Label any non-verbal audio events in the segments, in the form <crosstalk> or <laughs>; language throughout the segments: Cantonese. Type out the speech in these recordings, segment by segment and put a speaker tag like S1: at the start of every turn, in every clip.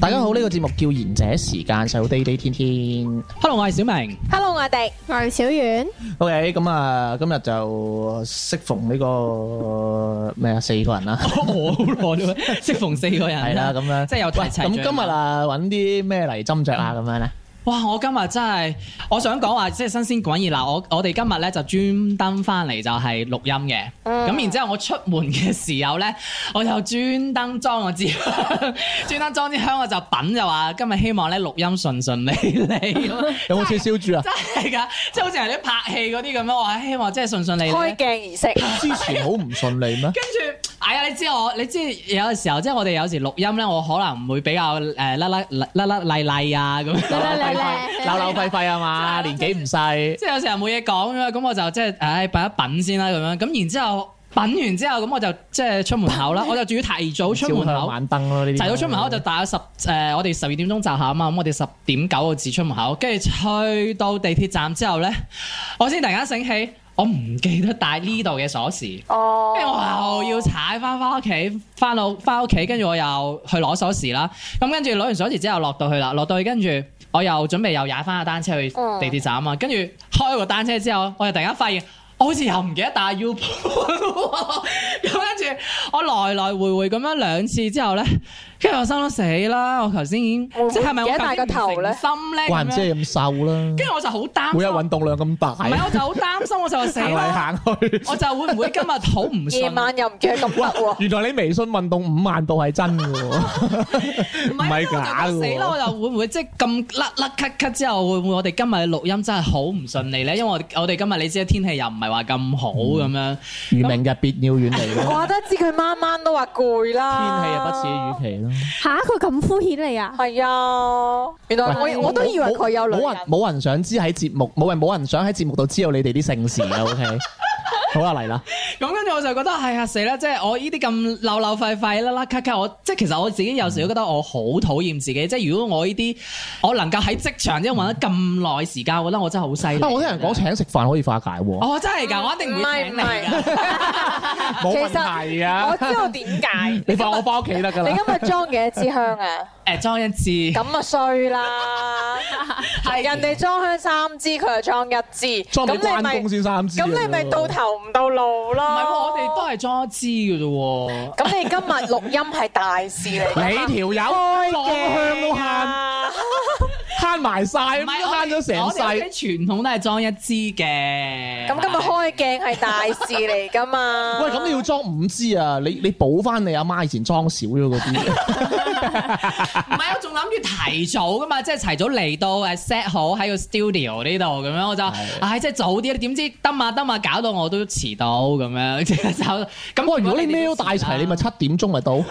S1: 大家好，呢、個節目叫賢者時間，細佬 day day 天天。
S2: Hello，我係小明。
S3: Hello，我哋
S4: 我係小遠，
S1: OK，咁啊，今日就適逢呢、個咩啊，四
S2: <laughs>
S1: 個人啦，
S2: 我好耐啦，適逢四個人
S1: 係啦，咁樣。
S2: 即係有提齊
S1: 咁
S2: 獎
S1: 今日啊，揾啲咩嚟斟酌啊，咁樣咧。
S2: 哇！我今日真係，我想講話即係新鮮滾熱嗱，我我哋今日咧就專登翻嚟就係錄音嘅，咁、然之後我出門嘅時候咧，我就專登裝我支 <laughs> 香，專登裝支香我就品就話今日希望咧錄音順順利利，
S1: 有冇燒燒豬啊？
S2: 真係㗎，即係好似人哋拍戲嗰啲咁樣話，希望即係順順利利。
S3: 開鏡儀式，
S1: 之前好唔順利咩？
S2: 跟住，哎呀，你知我，你知有嘅時候，即係我哋有時錄音咧，我可能會比較誒甩甩甩甩賴賴啊咁 <laughs> 樣。
S1: 鬧鬧廢廢啊嘛，年紀唔細。
S2: 即係有時候冇嘢講咁樣，咁我就即係唉品一品先啦咁樣，咁然之後品完之後，咁我就即係出門
S1: <laughs>
S2: 口啦，我就仲要提早出門
S1: 朝向
S2: 口。
S1: 晚啊燈咯，呢啲
S2: 提早出門口就大咗十誒、我哋十二點鐘集合啊嘛，咁我哋十點九個字出門口，跟住去到地鐵站之後咧，我先突然間醒起，我唔記得帶呢度嘅鎖匙，
S3: 哦
S2: 跟住我又要踩翻翻屋企，翻到翻屋企，跟住我又去攞鎖匙啦。咁跟住攞完鎖匙之後落到去啦，落到去跟住我又準備又踩翻架單車去地
S3: 哦
S2: 鐵站啊嘛。跟住開個單車之後，我又突然間發現。我好似又唔記得帶 U 盤喎，咁跟住我來來回回咁樣兩次之後咧，跟住我心諗死啦！我頭先已經
S3: 會唔會
S2: 即係咪我
S3: 嗯唔記得帶個頭呢
S2: 呢？心咧
S1: 怪
S2: 咁
S1: 唔
S2: 樣
S1: 知你咁瘦啦，
S2: 跟住我就好擔
S1: 每日
S2: 心，
S1: 運動量咁大，
S2: 唔係我就好擔心，我就話死
S1: 行嚟
S2: 啦！
S1: 行去。
S2: 我就會唔會今日好唔順
S3: 夜
S2: 啊
S3: 晚又唔記得咁得喎。
S1: 原來你微信運動五萬步係真嘅喎，
S2: <laughs> 唔係啊
S1: 唔係假
S2: 我就覺
S1: 嘅
S2: 得死啦！
S1: 喎
S2: 我就會唔會即係咁甩甩咳咳之後，會唔會我哋今日嘅錄音真係好唔順利咧？因為我哋我哋今日你知天氣又唔係話咁好咁
S1: 嗯
S2: 樣，
S1: 如明日別要遠離咯。
S3: 我都知佢晚晚都話攰
S1: 天
S3: 啦。
S1: 氣啊，不似預期咯。
S4: 吓佢咁敷衍你啊？
S3: 係啊，原來
S1: 喂
S3: 我我都以為佢有女
S1: 冇
S3: 人
S1: 人。冇人想知喺節目，冇人冇人想喺節目度知道你哋啲姓氏啊。OK，好啦，嚟啦，
S2: 咁跟住我就覺得係啊死啦！即係我呢啲咁漏漏費費啦啦咳咳，我即係其實我自己有時都覺得我好討厭自己。即係如果我呢啲我能夠喺職場即係揾咗咁耐時間，我覺得我真係好犀利。
S1: 啊，我聽人講請食飯可以化解喎，
S2: 哦，真係
S3: 嗯
S2: 㗎，我一定會請你㗎。
S1: 冇問題啊
S3: 我。知道點解。
S1: <laughs> 你放我翻屋企得㗎
S3: 你
S1: 啦。
S3: 今日裝幾多支
S2: <laughs>
S3: 香啊？
S2: 誒，裝一支，
S3: 咁啊衰啦！
S2: <laughs> 係
S3: 人哋裝香三支，佢就裝一支。
S1: 裝
S3: 咁
S1: 你
S3: 你
S1: 關
S3: 咪
S1: 公先三知啊。
S3: 咁你咪到頭唔到路咯。
S2: 唔係喎我哋都係裝一支嘅啫喎。
S3: 咁你今日錄音係大事嚟㗎嘛，
S1: 你條友
S3: 開
S1: 落香都
S3: 鏡
S1: 慳
S3: 啊！
S1: 慳埋晒，
S2: 唔係
S1: 慳咗成
S2: 我哋
S1: 世。
S2: 屋企傳統都係裝一支嘅。
S3: <laughs> 咁啊今日開鏡係大事嚟㗎嘛？
S1: 喂，咁你要裝五支啊！你你補翻你阿媽以前裝少咗嗰啲。
S2: 唔係我仲諗住提早噶嘛，即係提早嚟到誒 set 好喺個 studio 呢度咁樣，我就
S1: 係
S2: 唉即係早啲啦。點知得嘛得嘛，搞到我都遲到咁樣， <laughs> 即係就咁。
S1: 哇！如果你咩都
S2: 哋
S1: 帶
S2: 遲啦
S1: 齊，你咪七點鐘咪 <laughs> 到。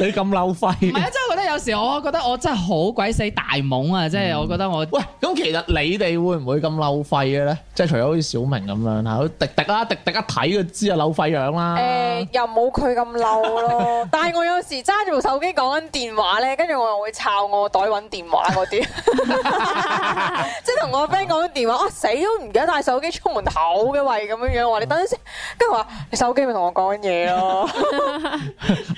S1: 你咁漏
S2: 唔係啊！
S1: 費。
S2: 真係覺得有時我覺得我真係好鬼死大懵啊！即係
S1: 嗯
S2: 我覺得我。
S1: 喂，咁其實你哋會唔會咁漏費嘅咧？即係除咗好似小明咁樣嚇，滴滴啦，滴滴一睇就知啊，漏費樣啦。
S3: 誒又冇佢咁嬲咯，但係我有時揸住部手機講緊電話咧，跟住我又會抄我袋揾電話嗰啲，即係同我 friend 講緊電話，啊死都唔記得帶手機出門口嘅喂咁樣樣，我話你等陣先，跟住話你手機咪同我講緊嘢咯，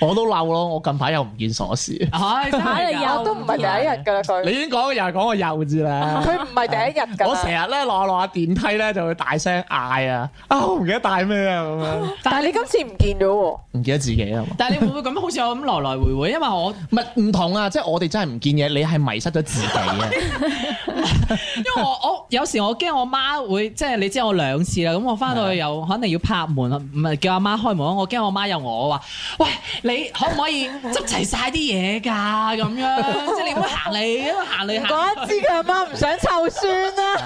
S1: 我都漏咯，我近排又唔見鎖匙。
S2: 唉，
S3: <laughs>
S2: 真係
S4: 又
S2: 㗎
S3: 我都唔係第一日㗎啦
S1: 你
S3: 佢，
S1: 已經講又係講我幼稚啦。
S3: 佢唔係第一日㗎
S1: 我成
S3: 啦，
S1: 日咧落下落下電梯咧就會大聲嗌啊！啊，我唔記得帶咩啊咁樣，
S3: 但係你今次唔見咗喎。
S1: 唔記得自己啊嘛。
S2: 但係你會唔會咁好似我咁來來回回？因為我
S1: 唔係唔同啊，即係我哋真係唔見嘢，你係迷失咗自己啊。
S2: 因為我我有時我驚我媽會即係你知我兩次啦，咁我翻到去又肯定要拍門啦，唔係叫阿媽開門，我驚我媽又我話：喂，你可唔可以執齊晒啲嘢㗎？咁樣即係你唔好行嚟，因為行嚟
S3: 唔
S2: 行
S3: 怪
S2: 去
S1: <laughs>
S3: 得知佢阿媽唔想湊孫啦，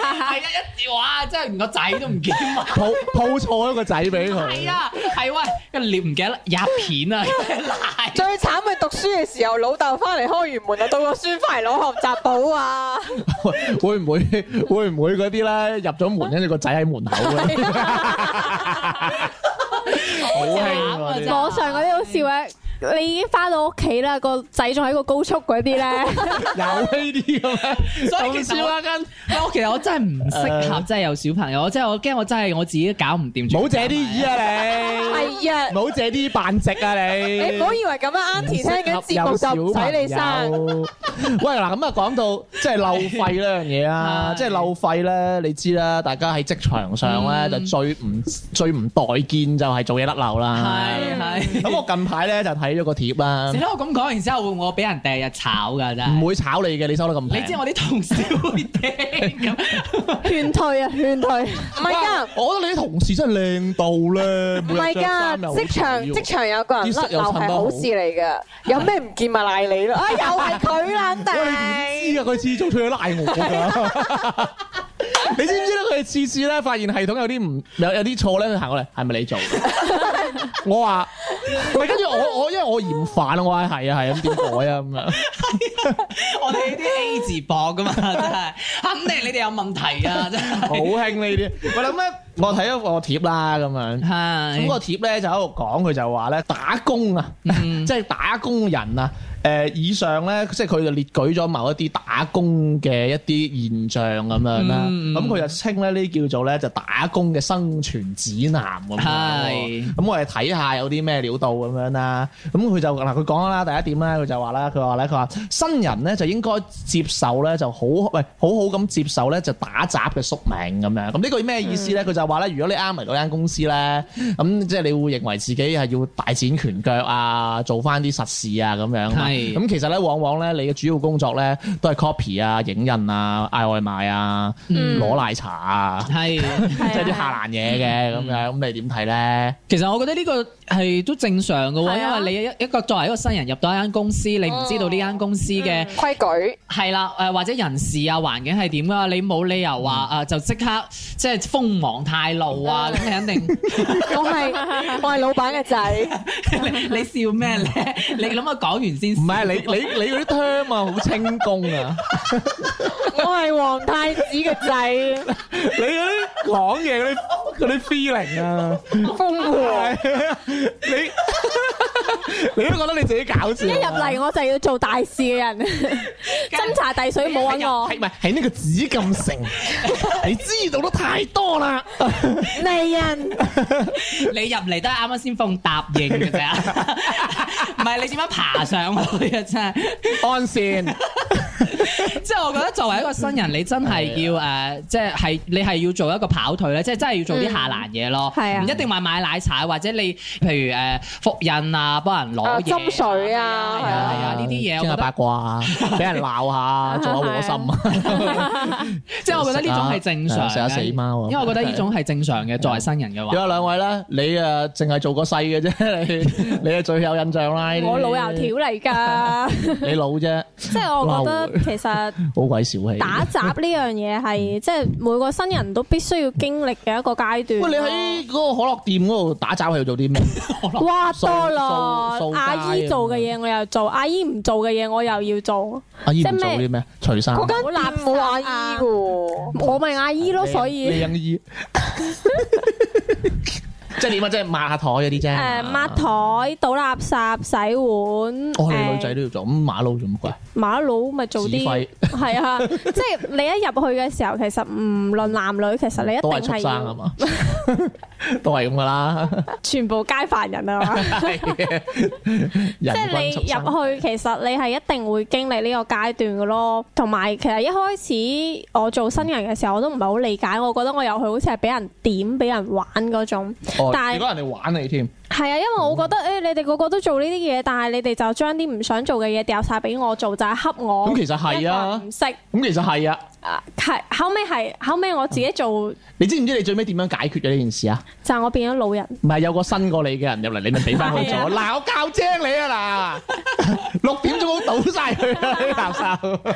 S2: 係啊，一哇，真係連個仔都唔見埋。
S1: 抱抱錯一個仔俾佢。
S2: 係啊，係喂，個尿唔記得入片啊，賴
S3: 最慘咪讀書嘅時候，老豆翻嚟開完門啊，到個孫翻嚟攞學習簿啊，
S1: 會唔會會唔會嗰啲咧入咗門，跟住個仔喺門口
S3: <laughs>
S1: 嘅，好興啊！
S2: 真係
S4: 網上嗰啲好笑啊咧，你已經翻到屋企啦，個仔仲喺個高速嗰啲咧，
S1: 有呢啲嘅咩？
S2: 所以其實我跟，我其實我真係唔適合，真係有小朋友，我真係我驚我真係我自己搞唔掂。
S1: 冇借啲椅啊你，
S4: <laughs>
S3: 係啊，
S1: 冇借啲扮席啊你。
S3: 你唔好以為咁啊 a u n t i 聽緊節目就唔使你生，
S1: 喂嗱，咁啊講到即係漏費呢樣嘢啊，
S3: <laughs>
S2: 係
S1: 即係漏費咧，你知啦，大家喺職場上咧就
S2: 嗯
S1: 最唔最唔待見就係做嘢甩漏啦。
S2: 係係。
S1: 咁我近排咧就睇咗個貼啦
S2: 死，啦！我咁講完之後，會唔會我俾人第日炒㗎？真
S1: 唔
S2: 係。
S1: 會炒你嘅，你收得咁平。
S2: 你知我啲同事會聽咁，
S1: <laughs>
S4: 勸退啊，勸退。
S3: 唔係㗎。
S1: 我覺得你啲同事真係靚到咧，
S3: 唔
S1: 唔
S3: 係㗎，職場職場有個人甩漏係好事嚟㗎，有咩唔見咪賴
S1: <laughs>
S3: 你咯，啊又係佢啦，肯
S1: 喂，你點
S3: 定。
S1: 知啊？佢次做出去拉我㗎。 <laughs> 你知唔知咧？佢次次咧發現系統有啲唔有有啲錯咧，佢行過嚟係咪你 <laughs> 做嘅？我話，喂，跟住我我因為我嫌煩，我話係啊係啊，咁點改啊咁樣？
S2: 我哋呢啲 A 字博㗎嘛，真係肯定你哋有問題㗎，真
S1: 好
S2: 係。
S1: 興呢啲。我諗咧，我睇咗個貼啦咁樣。咁個
S2: 係。
S1: 貼咧就喺度講，佢就話咧打工啊，
S2: 嗯
S1: 即係打工人啊。誒、以上咧，即係佢就列舉咗某一啲打工嘅一啲現象咁樣啦。
S2: 嗯
S1: 咁佢、就稱咧呢啲叫做咧就打工嘅生存指南咁樣喎。
S2: 係
S1: 咁我哋睇下有啲咩料到咁樣啦。咁佢就嗱，佢講啦，第一點咧，佢就話啦，佢話咧，佢話新人咧就應該接受咧就好，喂，好好咁接受咧就打雜嘅宿命咁樣。咁呢個咩意思咧？佢就話咧，如果你啱嚟嗰間公司咧，咁即係你會認為自己係要大展拳腳啊，做翻啲實事啊咁
S2: 係
S1: 樣。咁其實咧，往往咧你嘅主要工作咧都係 copy 啊、影印啊、嗌外賣啊、
S4: 嗯
S1: 攞奶茶啊，
S2: 係。
S1: 即係啲下欄嘢嘅咁樣。咁你點睇咧？
S2: 其實我覺得呢個係都正常嘅
S4: 係啊
S2: 喎，因為你一一個作為一個新人入到一間公司，你唔知道呢間公司嘅
S1: 嗯啊
S3: 規矩
S2: 係啦，誒或者人事啊環境係點啊，你冇理由話
S1: 嗯
S2: 啊就即刻即係鋒芒太露啊，咁你肯定
S3: 我係 <laughs> 我係老闆嘅仔，
S2: <laughs> 你你笑咩咧？你諗下講完先
S1: 唔。係你你你嗰啲 term 啊，好清功啊！
S3: 我係皇太子嘅仔，
S1: 你嗰啲講嘢嗰啲嗰啲 feeling 啊，
S3: 瘋狂。
S1: 你 <laughs> 你都覺得你自己搞笑啊。
S4: 一入嚟我就要做大事嘅人，斟茶遞水冇揾我啊
S1: 哎係。咪係呢個紫禁城？你知道得太多啦。
S3: 利人
S2: 你入嚟都係啱啱先奉答應嘅
S1: <laughs>
S2: 啫，唔係你點樣爬上去啊？真係，
S1: 安線
S2: 即係我覺得作為一個新人，你真係要誒，即係係你係要做一個跑腿咧，即係真係要做啲下欄嘢咯，
S4: 嗯係啊
S2: 唔一定話買奶茶或者你譬如誒複印啊，幫人
S3: 啊
S2: 攞嘢啊
S3: 斟水啊
S2: 係啊係啊呢啲嘢，
S1: 傾
S2: 我
S1: 下
S2: 覺
S1: 八
S2: 得
S1: 卦，啊俾人鬧下，做下和心啊。
S2: 即係我覺得呢種係正常嘅，
S1: 食下死貓啊
S2: 因為我覺得呢種係正常嘅，作為新人嘅話
S1: 有。兩位咧，你啊淨係做個細嘅啫， <laughs> 你你係最有印象啦。呢啲
S4: 我老油條，嚟
S3: <laughs>
S4: 㗎，
S1: 你老啫，
S4: 即係我覺得其實
S1: 好鬼小氣。
S4: 打雜呢樣嘢
S1: 嗯
S4: 係即係每個新人都必須要經歷嘅一個階段咯。
S1: 喂，你喺嗰個可樂店嗰度打找係要做啲咩？
S4: 哇
S1: 掃
S4: 多
S1: 掃掃
S4: 咯！阿
S1: 街
S4: 姨
S1: 啊
S4: 做嘅嘢我又做，阿姨唔做嘅嘢我又要做，
S1: 阿姨唔
S4: 即係
S1: 做
S4: 咩
S1: 啲咩？除衫。
S3: 嗰間
S4: 好
S3: 店
S4: 垃
S3: 冇
S4: 圾
S3: 阿
S4: 啊
S3: 姨嘅喎，
S4: 我咪阿姨
S1: 啊
S4: 咯，所以 <laughs>
S1: 靚姨，即係點啊？即係抹下台嗰啲啫。
S4: 誒抹台、倒垃圾、洗碗，
S1: 哦，你女
S4: 誒
S1: 仔都要做，咁馬佬做乜鬼？
S4: 馬佬咪做
S1: 指揮
S4: 啲係
S1: <laughs>
S4: 啊！即係你一入去嘅時候，其實唔論男女，其實你一
S1: 都
S4: 定
S1: 係畜
S4: 係
S1: 生啊
S4: 要
S1: 嘛， <laughs> 都係
S4: <laughs>
S1: 咁噶啦。
S4: 全部皆凡人啊嘛！
S1: 人
S4: 即係
S1: 均
S4: 你
S1: 畜生。
S4: 入去，其實你係一定會經歷呢個階段嘅咯。同埋其實一開始我做新人嘅時候，我都唔係好理解，我覺得我入去好似係俾人點、俾人玩嗰種。
S1: 哦害，
S4: 但係
S1: 如果人哋玩你添，
S4: 係啊，因為我覺得
S1: 嗯
S4: 诶、誒你哋個個都做呢啲嘢，但係你哋就將啲唔想做嘅嘢掉晒俾我做，就係恰我。
S1: 咁其實
S4: 一個
S1: 係啊
S4: 人唔識
S1: 咁其實係啊，
S4: 啊，係後尾係後尾我自己做，
S1: 你知唔知你最尾點樣解決嘅呢件事啊？
S4: 就係我變咗老人。
S1: 唔係有個新過你嘅人入嚟，你咪俾翻佢
S4: <laughs>
S1: 做。
S4: 係啊
S1: 嗱，我教精你啊嗱， <laughs> 六點鐘倒晒佢
S4: <laughs>
S1: 啦，啲垃圾。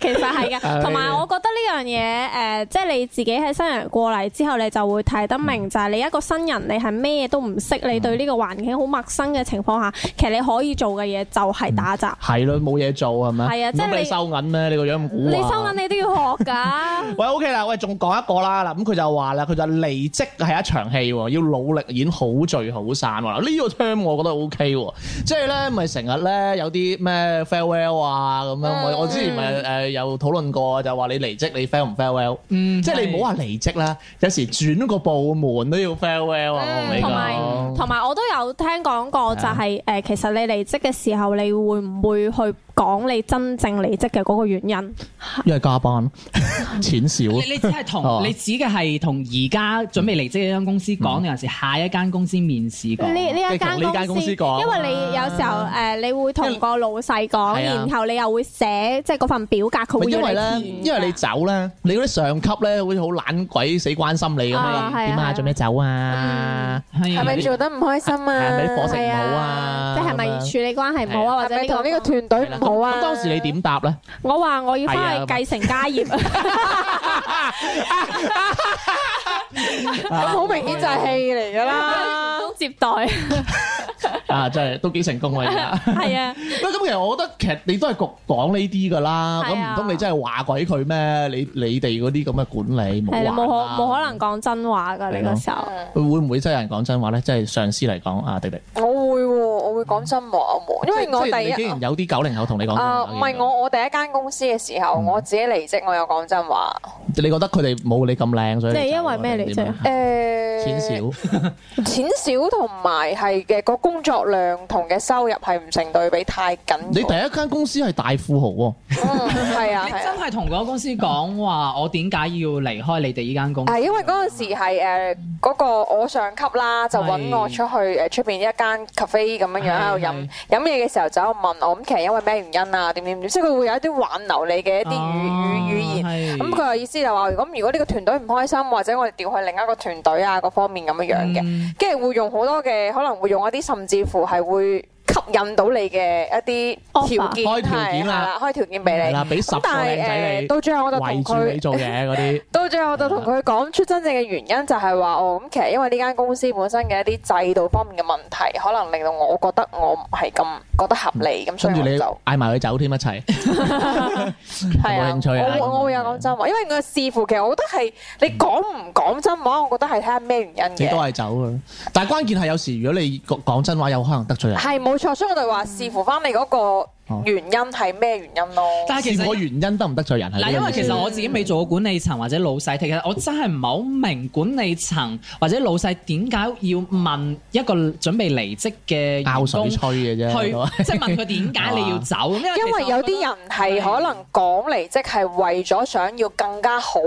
S4: 其實係嘅，
S1: 係
S4: 同埋我覺得呢樣嘢，诶、即係你自己喺新人過嚟之後，你就會睇得明，就係你一個新人，你係咩嘢都唔識，你對呢個環境好陌生嘅情況下，其實你可以做嘅嘢就係打雜。
S1: 係咯，冇嘢做係咪？
S4: 係啊即係
S1: 咁
S4: 你
S1: 你收銀咩？你個樣咁古啊
S4: 你收銀你都要學㗎。
S1: 喂，OK 啦，喂，仲講一個啦，嗱，咁佢就話啦，佢就離職係一場戲喎，要努力演好聚好散喎。嗱，呢個 term 我覺得 OK 喎，即係咧，咪成日咧有啲咩 farewell 啊咁樣，我我之前咪
S4: 嗯
S1: 誒有討論過，就話你離職你 farewell 唔 farewell，
S2: 嗯，
S1: 即係你唔好話離職啦，有時轉個部門都要 farewell 啊，我同
S4: 嗯
S1: 你
S4: 同埋
S1: 講。
S4: 同埋我都有聽講過，就係、誒、其實你離職嘅時候，你會唔會去講你真正離職嘅嗰個原因？
S1: 因為加
S4: <laughs>
S1: 班，錢少。
S2: 你你只係
S1: 哦嗯
S2: 同你指嘅係同而家準備離職嘅間公司講，定還是下一間公司面試
S4: 呢
S2: 講？
S4: 呢一
S1: 即係同呢
S4: 間
S1: 間
S4: 公
S1: 公
S4: 司，
S1: 司
S4: 因
S1: 講嗯
S4: 為你有時候誒、你會同個老細講，
S1: 係啊
S4: 然後你又會寫即係嗰份表格，佢會
S1: 因為
S4: 要
S1: 咧，
S4: 你填
S1: 因為你
S4: 㗎
S1: 走咧，你嗰啲上級咧，好似好懶鬼死關心你咁
S4: 啊
S1: 樣，
S4: 係啊
S1: 點
S4: 係啊
S1: 啊？做咩走啊？
S2: 係
S3: 係咪做得唔開心
S1: 係
S3: 啊？
S1: 啊咪啲伙食唔
S4: 係
S1: 好啊？
S4: 即係咪
S1: 咁樣
S4: 處理關係唔好啊，或
S3: 係
S4: 者
S3: 咪
S4: 呢
S3: 同呢
S4: 個？
S3: 個團隊
S1: 係啦
S3: 唔好啊？
S1: 咁當時你點答
S4: <laughs>
S1: 咧？
S4: 我話我要
S1: 係
S4: 翻
S1: 啊
S4: 去繼承家業，
S3: 咁好明顯就係戲嚟㗎啦。
S4: 都 <laughs> 接待，
S1: 啊，真係都幾成功啊！而家
S4: 係啊。
S1: 喂，咁其實我覺得其實你都係局講呢啲㗎啦，
S4: 係啊
S1: 咁唔通你真係話鬼佢咩？你你哋嗰啲咁嘅管理
S4: 係
S1: 冇
S4: 你冇可
S1: 玩啦啊
S4: 冇可能講真話㗎，
S1: 係
S4: 你個
S1: 咯
S4: 時候。
S1: 會唔會真係有人講真話咧？即係上司嚟講啊，迪迪，
S3: 我會喎，我會講真話喎，因為我
S1: 即係你
S3: 第
S1: 竟
S3: 一
S1: 然。有啲九零後同你講真
S3: 啊，
S1: 話
S3: 唔
S1: 嘅
S3: 係，我我第一間公司嘅時候，我自己離職，我有講真話。
S1: 你覺得佢哋冇你咁靚，所以
S4: 即係
S1: 你走
S4: 因為
S1: 啊
S4: 咩
S1: 定
S4: 嚟
S1: 點
S4: 啫
S1: 啊
S3: 誒，
S1: 錢少。
S3: 錢少同埋係嘅個工作量同嘅收入係唔成對比，太緊要。
S1: 你第一間公司係大富豪喎、
S3: 嗯係
S1: <laughs>
S3: 啊
S2: 你
S3: 係
S2: 真
S3: 啊，
S2: 係同嗰個公司講話，我點解要離開你哋呢間公司？
S3: 係因為嗰陣時係誒嗰個我上級啦，就揾我出去誒出邊一間 cafe 咁樣樣喺度飲飲嘢嘅時候就喺度問我，咁其實因為咩原因啊？點點點，即係佢會有一啲挽留你嘅一啲語語語言。
S2: 言
S3: 咁佢嘅意思就話，如果如果呢個團隊唔開心，或者我哋調去另一個團隊啊，各方面咁樣樣嘅，
S2: 嘅，
S3: 跟住會用好多嘅，可能會用一啲甚至乎係會吸引到你嘅一
S4: Offer
S3: 啲條件，
S1: 開條
S3: 係
S1: 件啦
S3: 係開條件俾
S1: 係
S3: 你。
S1: 啦，俾十個
S3: 咁但
S1: 靚
S3: 係
S1: 仔
S3: 誒，
S1: 你
S3: 到最後我就同
S1: 圍住你
S3: 佢，
S1: 做嘢 <laughs> 嗰啲，
S3: 到最後我就同佢講出真正嘅原因，就係話哦，咁其實因為呢間公司本身嘅一啲制度方面嘅問題，可能令到我覺得我唔係咁覺得合理，咁所
S1: 跟
S3: 以
S1: 住
S3: 我
S1: 你
S3: 就。
S1: 嗌埋佢走添一齊。
S3: 係啊，
S1: 冇興趣啊
S3: 我會我會有講真話，因為我視乎其實我覺得係你講唔講真話，我覺得係睇下咩原因
S1: 你都
S3: 嘅。
S1: 係走噶啦。但係關鍵係有時如果你講講真話，有可能得罪人。
S3: 係冇錯，所以我就話視乎翻你嗰個
S1: 哦
S3: 原因係咩原因咯。
S2: 但係其
S1: 是我
S2: 實。
S1: 原因得唔得罪人係
S2: 嗱，
S1: 呢個
S2: 因為
S1: 意思
S2: 其實我自己未做過管理層或者老細，其實我真係唔係好明管理層或者老細點解要問一個準備離職嘅員工
S1: 拗水吹嘅啫。
S2: <laughs> 去，即係問佢點解你要走？因為
S3: 因
S2: 為
S3: 為有啲人係可能講嚟，即係為咗想要更加好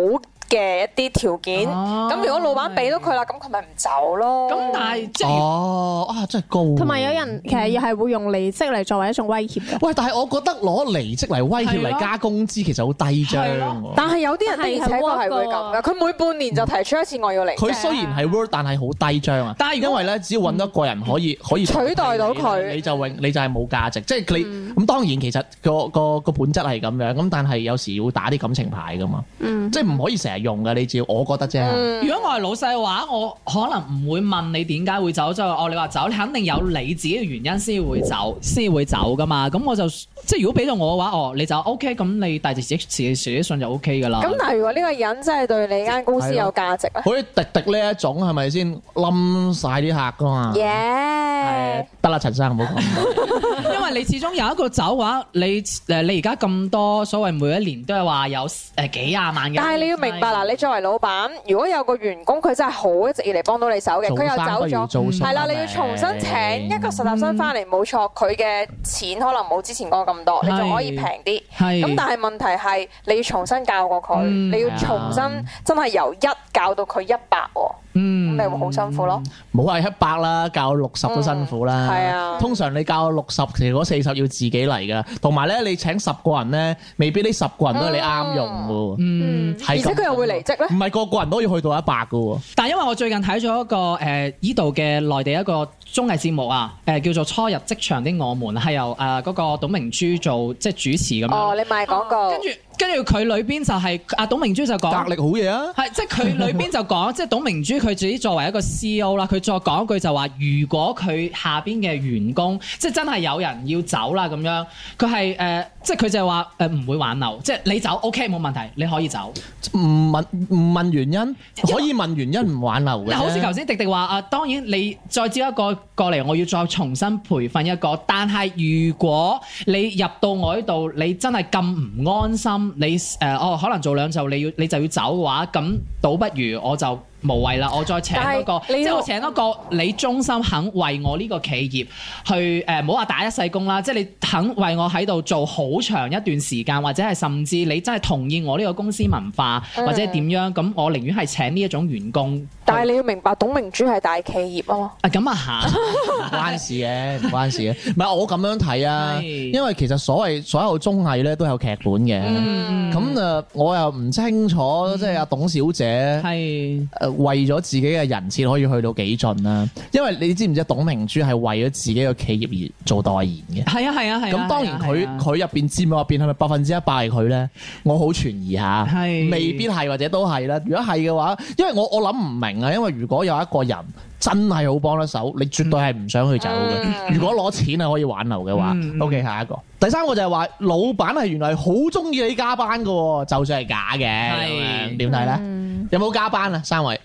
S3: 嘅一啲條件。咁如果老闆俾到佢啦，咁佢咪唔走咯。
S2: 咁，但係即係
S1: 哦，啊，真係高喎。
S4: 同埋有
S1: 嗯
S4: 人其實又係會用離職嚟作為一種威脅
S1: <laughs>
S4: 嘅。
S1: 喂，但係我覺得攞離職嚟威
S2: 係
S1: 脅
S2: 咯
S1: 嚟加工資，其實好低張
S2: 係咯
S1: 喎。
S3: 但係有啲人的
S4: 係
S3: 而且確係會咁
S4: 係
S3: 噶，佢每半年就提出一次我要離職
S1: 佢雖然係 Word，但係好低張啊。
S2: 但係如
S1: 因
S2: 果嗯
S1: 為咧，只要揾到一個人可以可以
S3: 取代到佢嗯
S1: 你就永你就係冇價值。即係你咁當然其實個個個本質係咁樣，咁但係有時要打啲感情牌噶嘛，
S4: 嗯，
S1: 即係唔可以成日用噶。你只要我覺得啫，
S3: 嗯
S2: 如果我係老細嘅話，我可能唔會問你點解會走，就係哦你話走，你肯定有你自己嘅原因先會走，先會走噶嘛。咁我就即係如果俾到我嘅話，哦你就 O K，咁你帶住自己自己自己信就 O K 噶啦。
S3: 咁但係如果呢個人真係對你間公司有價值咧？
S1: 好似迪迪呢一種係咪先冧晒啲客噶嘛？
S3: 耶！
S4: 嘅。
S1: 得啦，陳生唔好講咁多。
S2: 因為你始終有一個酒嘅話，你誒你而家咁多所謂每一年都係話有誒幾廿萬嘅，
S3: 但係你要明白啦，你作為老闆，如果有個員工佢真係好一直以嚟幫到你手嘅，佢又走咗。
S1: 做生不如做
S3: 係啦，
S1: 熟啊
S3: 你要重新請一個實習生
S2: 嗯
S3: 翻嚟，冇錯，佢嘅錢可能冇之前嗰個咁多，你仲可以平啲。
S2: 係
S3: 咁但係問題係，你要重新教過佢，
S2: 嗯
S3: 你要重新真係由一教到佢一百喎，咁
S2: 嗯
S3: 你會好辛苦咯。
S1: 冇話一百啦，教六十都辛苦啦。
S3: 嗯係啊
S1: 通常你教六十，其實嗰四十要自己嚟噶。同埋咧，你請十個人咧，未必呢十個人都係你啱用嘅喎。
S2: 嗯。
S1: 係
S3: 而
S1: 咁
S3: 且佢又會離職咧
S1: 唔。係個個人都要去到一百嘅喎。
S2: 但係因為我最近睇咗一個誒依度嘅內地一個綜藝節目啊，誒、叫做《初入職場的我們》，係由呃誒嗰、個董明珠做即係主持咁樣。
S3: 哦，你賣廣告
S2: 跟，住跟住佢裏邊就係、阿、董明珠就講
S1: 格。力好嘢啊！
S2: 係，即係佢裏邊就講，即係董明珠佢自己作為一個 C.O. 啦，佢再講一句就話，如果佢下邊嘅員工，即係真係有人要走啦咁樣，佢係誒，即係佢就係話誒唔會挽留，即係你走 O.K. 冇問題，你可以走。
S1: 唔問唔問原因，可以問原因唔挽留嘅啫。
S2: 嗱，好似頭先迪迪話啊，當然你再招一個過嚟，我要再重新培訓一個。但係如果你入到我呢度，你真係咁唔安心，你誒、呃哦可能做兩袖你要你就要走嘅話，咁倒不如我就無謂啦，我再請多個，
S3: 但係你
S2: 即係
S3: 要
S2: 我請多個你忠心肯為我呢個企業去誒，唔好話打一世工啦，即係你肯為我喺度做好長一段時間，或者係甚至你真係同意我呢個公司文化或者係點樣，咁我寧願係請呢一種員工。
S3: 嗯但係你要明白，董明珠係大企業啊嘛。
S2: 啊咁啊行，
S1: 唔關事嘅，唔關事嘅。唔係我咁樣睇啊，
S2: 係
S1: 因為其實所謂所有綜藝咧都有劇本嘅。
S2: 嗯
S1: 咁誒、我又唔清楚，即係阿董小姐。
S2: 係
S1: 誒為咗自己嘅人設可以去到幾盡啦，因為你知唔知董明珠係為咗自己嘅企業而做代言嘅？
S2: 係啊係啊係啊。
S1: 咁當然
S2: 係
S1: 佢
S2: 啊
S1: 佢入邊佔入邊係咪百分之一百係佢咧？我好存
S2: <laughs>
S1: 疑下，
S2: 係
S1: 未必係或者都係啦。如果係嘅話，因為我我諗唔明啊，因為如果有一個人真係好幫得手，你絕對係唔想佢走嘅。
S3: 嗯
S1: 如果攞錢係可以挽留嘅話、
S2: 嗯
S1: o k 下一個。第三個就係話，老闆係原來好中意你加班嘅喎，就算係假嘅，
S2: 係
S1: 咁樣點睇咧？
S4: 嗯
S1: 有冇加班啊？三位？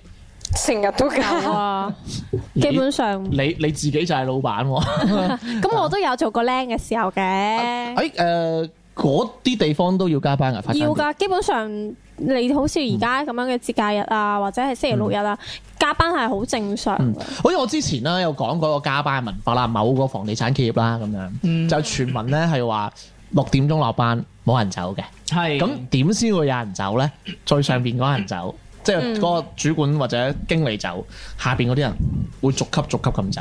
S3: 成日
S4: <laughs>
S3: 都教
S4: 有啊，基本上
S1: 你你自己就係老闆喎、
S4: 咁我都有做過僆嘅時候嘅，
S1: 喺哎誒嗰啲地方都要加班啊，發生
S4: 要㗎。基本上你好似而
S1: 嗯
S4: 家咁樣嘅節假日啊，或者係星期六日啊，加班係好正常
S1: 嗯
S4: 㗎。
S1: 好似我之前啦有講過個加班嘅文化啦，某個房地產企業啦咁樣，
S2: 嗯
S1: 就傳聞咧係話六點鐘落班冇人走嘅，
S4: 嗯
S2: 係
S1: 咁點先會有人走咧？最上邊嗰人走。即
S4: 嗯
S1: 係嗰個主管或者經理走，下邊嗰啲人會逐級逐級咁走，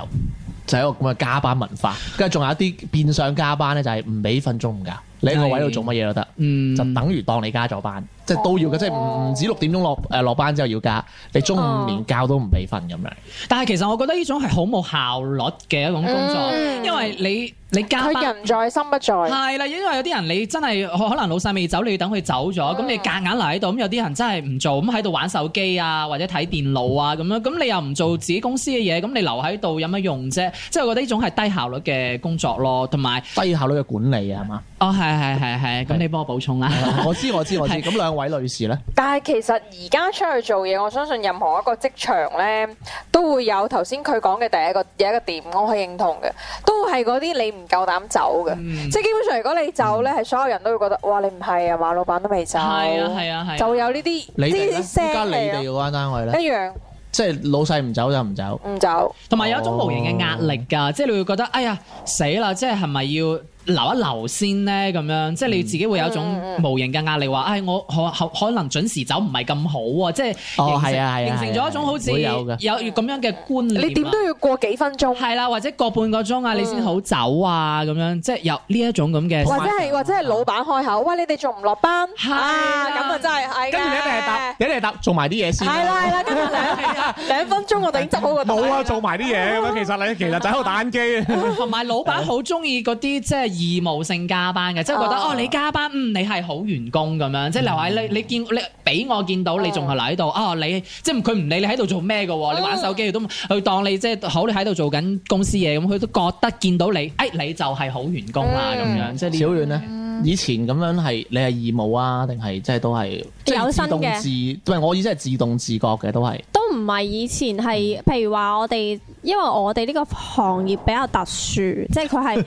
S1: 就係、一個咁嘅加班文化。跟住仲有一啲變相加班咧，就係唔俾瞓中午㗎，你喺個位度做乜嘢都得。
S2: 嗯
S1: 就等於當你加咗班，即係都要嘅，即係唔唔止六點鐘落誒落班之後要加，你中午連覺都唔俾瞓咁樣。
S2: 但係其實我覺得呢種係好冇效率嘅一種工作，
S3: 嗯
S2: 因為你你加
S3: 佢
S2: 班。
S3: 人在心不在。
S2: 係啦，因為有啲人你真係可能老細未走，你要等佢走咗，咁你夾硬留喺度，咁有啲人真係唔做，咁喺度玩手機啊，或者睇電腦啊咁樣，咁你又唔做自己公司嘅嘢，咁你留喺度有乜用啫？即係我覺得呢種係低效率嘅工作咯，同埋
S1: 低效率嘅管理啊，係嘛？
S2: 哦係係係係，咁你幫我補充啦。
S1: 我知我知我知。
S2: 係
S1: 咁兩位女士咧，
S3: 但係其實而家出去做嘢，我相信任何一個職場呢，都會有頭先佢講嘅第一個有一個點，我係認同嘅，都係嗰啲你唔夠膽走嘅，
S2: 嗯
S3: 即係基本上如果你走呢，係所有人都會覺得哇你唔係啊嘛，老闆都未走，
S2: 係啊係啊係啊
S3: 就會有呢啲
S1: 你哋咧，
S3: 呢
S1: 依
S3: 啲聲
S1: 家你
S3: 嚟
S1: 哋
S3: 啊
S1: 嗰間單位咧，
S3: 一樣
S1: 即係老細唔走就唔走。
S3: 唔走，
S2: 同埋有一種無形嘅壓力㗎，
S3: 哦
S2: 即係你會覺得，哎呀死啦！即係係咪要留一留先呢？咁樣即係你自己會有一
S3: 嗯
S2: 種
S3: 嗯嗯
S2: 無形嘅壓力，話，哎，我可可可能準時走唔係咁好啊！即係形
S1: 哦
S2: 成
S1: 係啊係啊
S2: 形成咗一種好似
S1: 會
S2: 有
S1: 有㗎
S2: 咁樣嘅觀念啊。
S3: 你點都要過幾分鐘，
S2: 係啦，或者個半個鐘啊，你先好走啊，咁樣即係有呢一種咁嘅。
S3: 或者係或者係老闆開口，喂你哋仲唔落班
S2: 係
S3: 啊？
S2: 啊
S3: 咁啊真係係嘅
S1: 跟住你一定係答，你一定係答做埋啲嘢
S3: 係
S1: 先。
S3: 啦係啦，跟住兩兩分鐘我哋已經執好個袋
S5: 冇啊，做埋啲嘢咁樣。其實你其實就喺度打緊機。
S2: 同埋老
S4: 啊
S2: 闆好中意嗰啲即係義務性加班嘅，即係覺得
S3: 哦
S2: 哦你加班，嗯你係好員工咁樣，即係留
S4: 嗯
S2: 喺你你見你俾我見
S4: 啊
S2: 到你仲係留喺度，哦你即係佢唔理你喺度做咩嘅
S4: 嗯
S2: 喎，你玩手機佢都唔佢當你即係好你喺度做緊公司嘢咁，佢都覺得見到你，哎你就係好員工
S4: 嗯
S2: 啦咁樣，即係呢
S1: 嗯小遠咧，以前咁樣係你係義務啊，定係即係都係即係
S4: 有薪
S1: 自動
S4: 嘅
S1: 自，唔係我意思係自動自覺嘅都係。嗯
S4: 都唔係以前係，譬如話我哋因為我哋呢個行業比較特
S1: <laughs>
S4: 殊，即係佢係，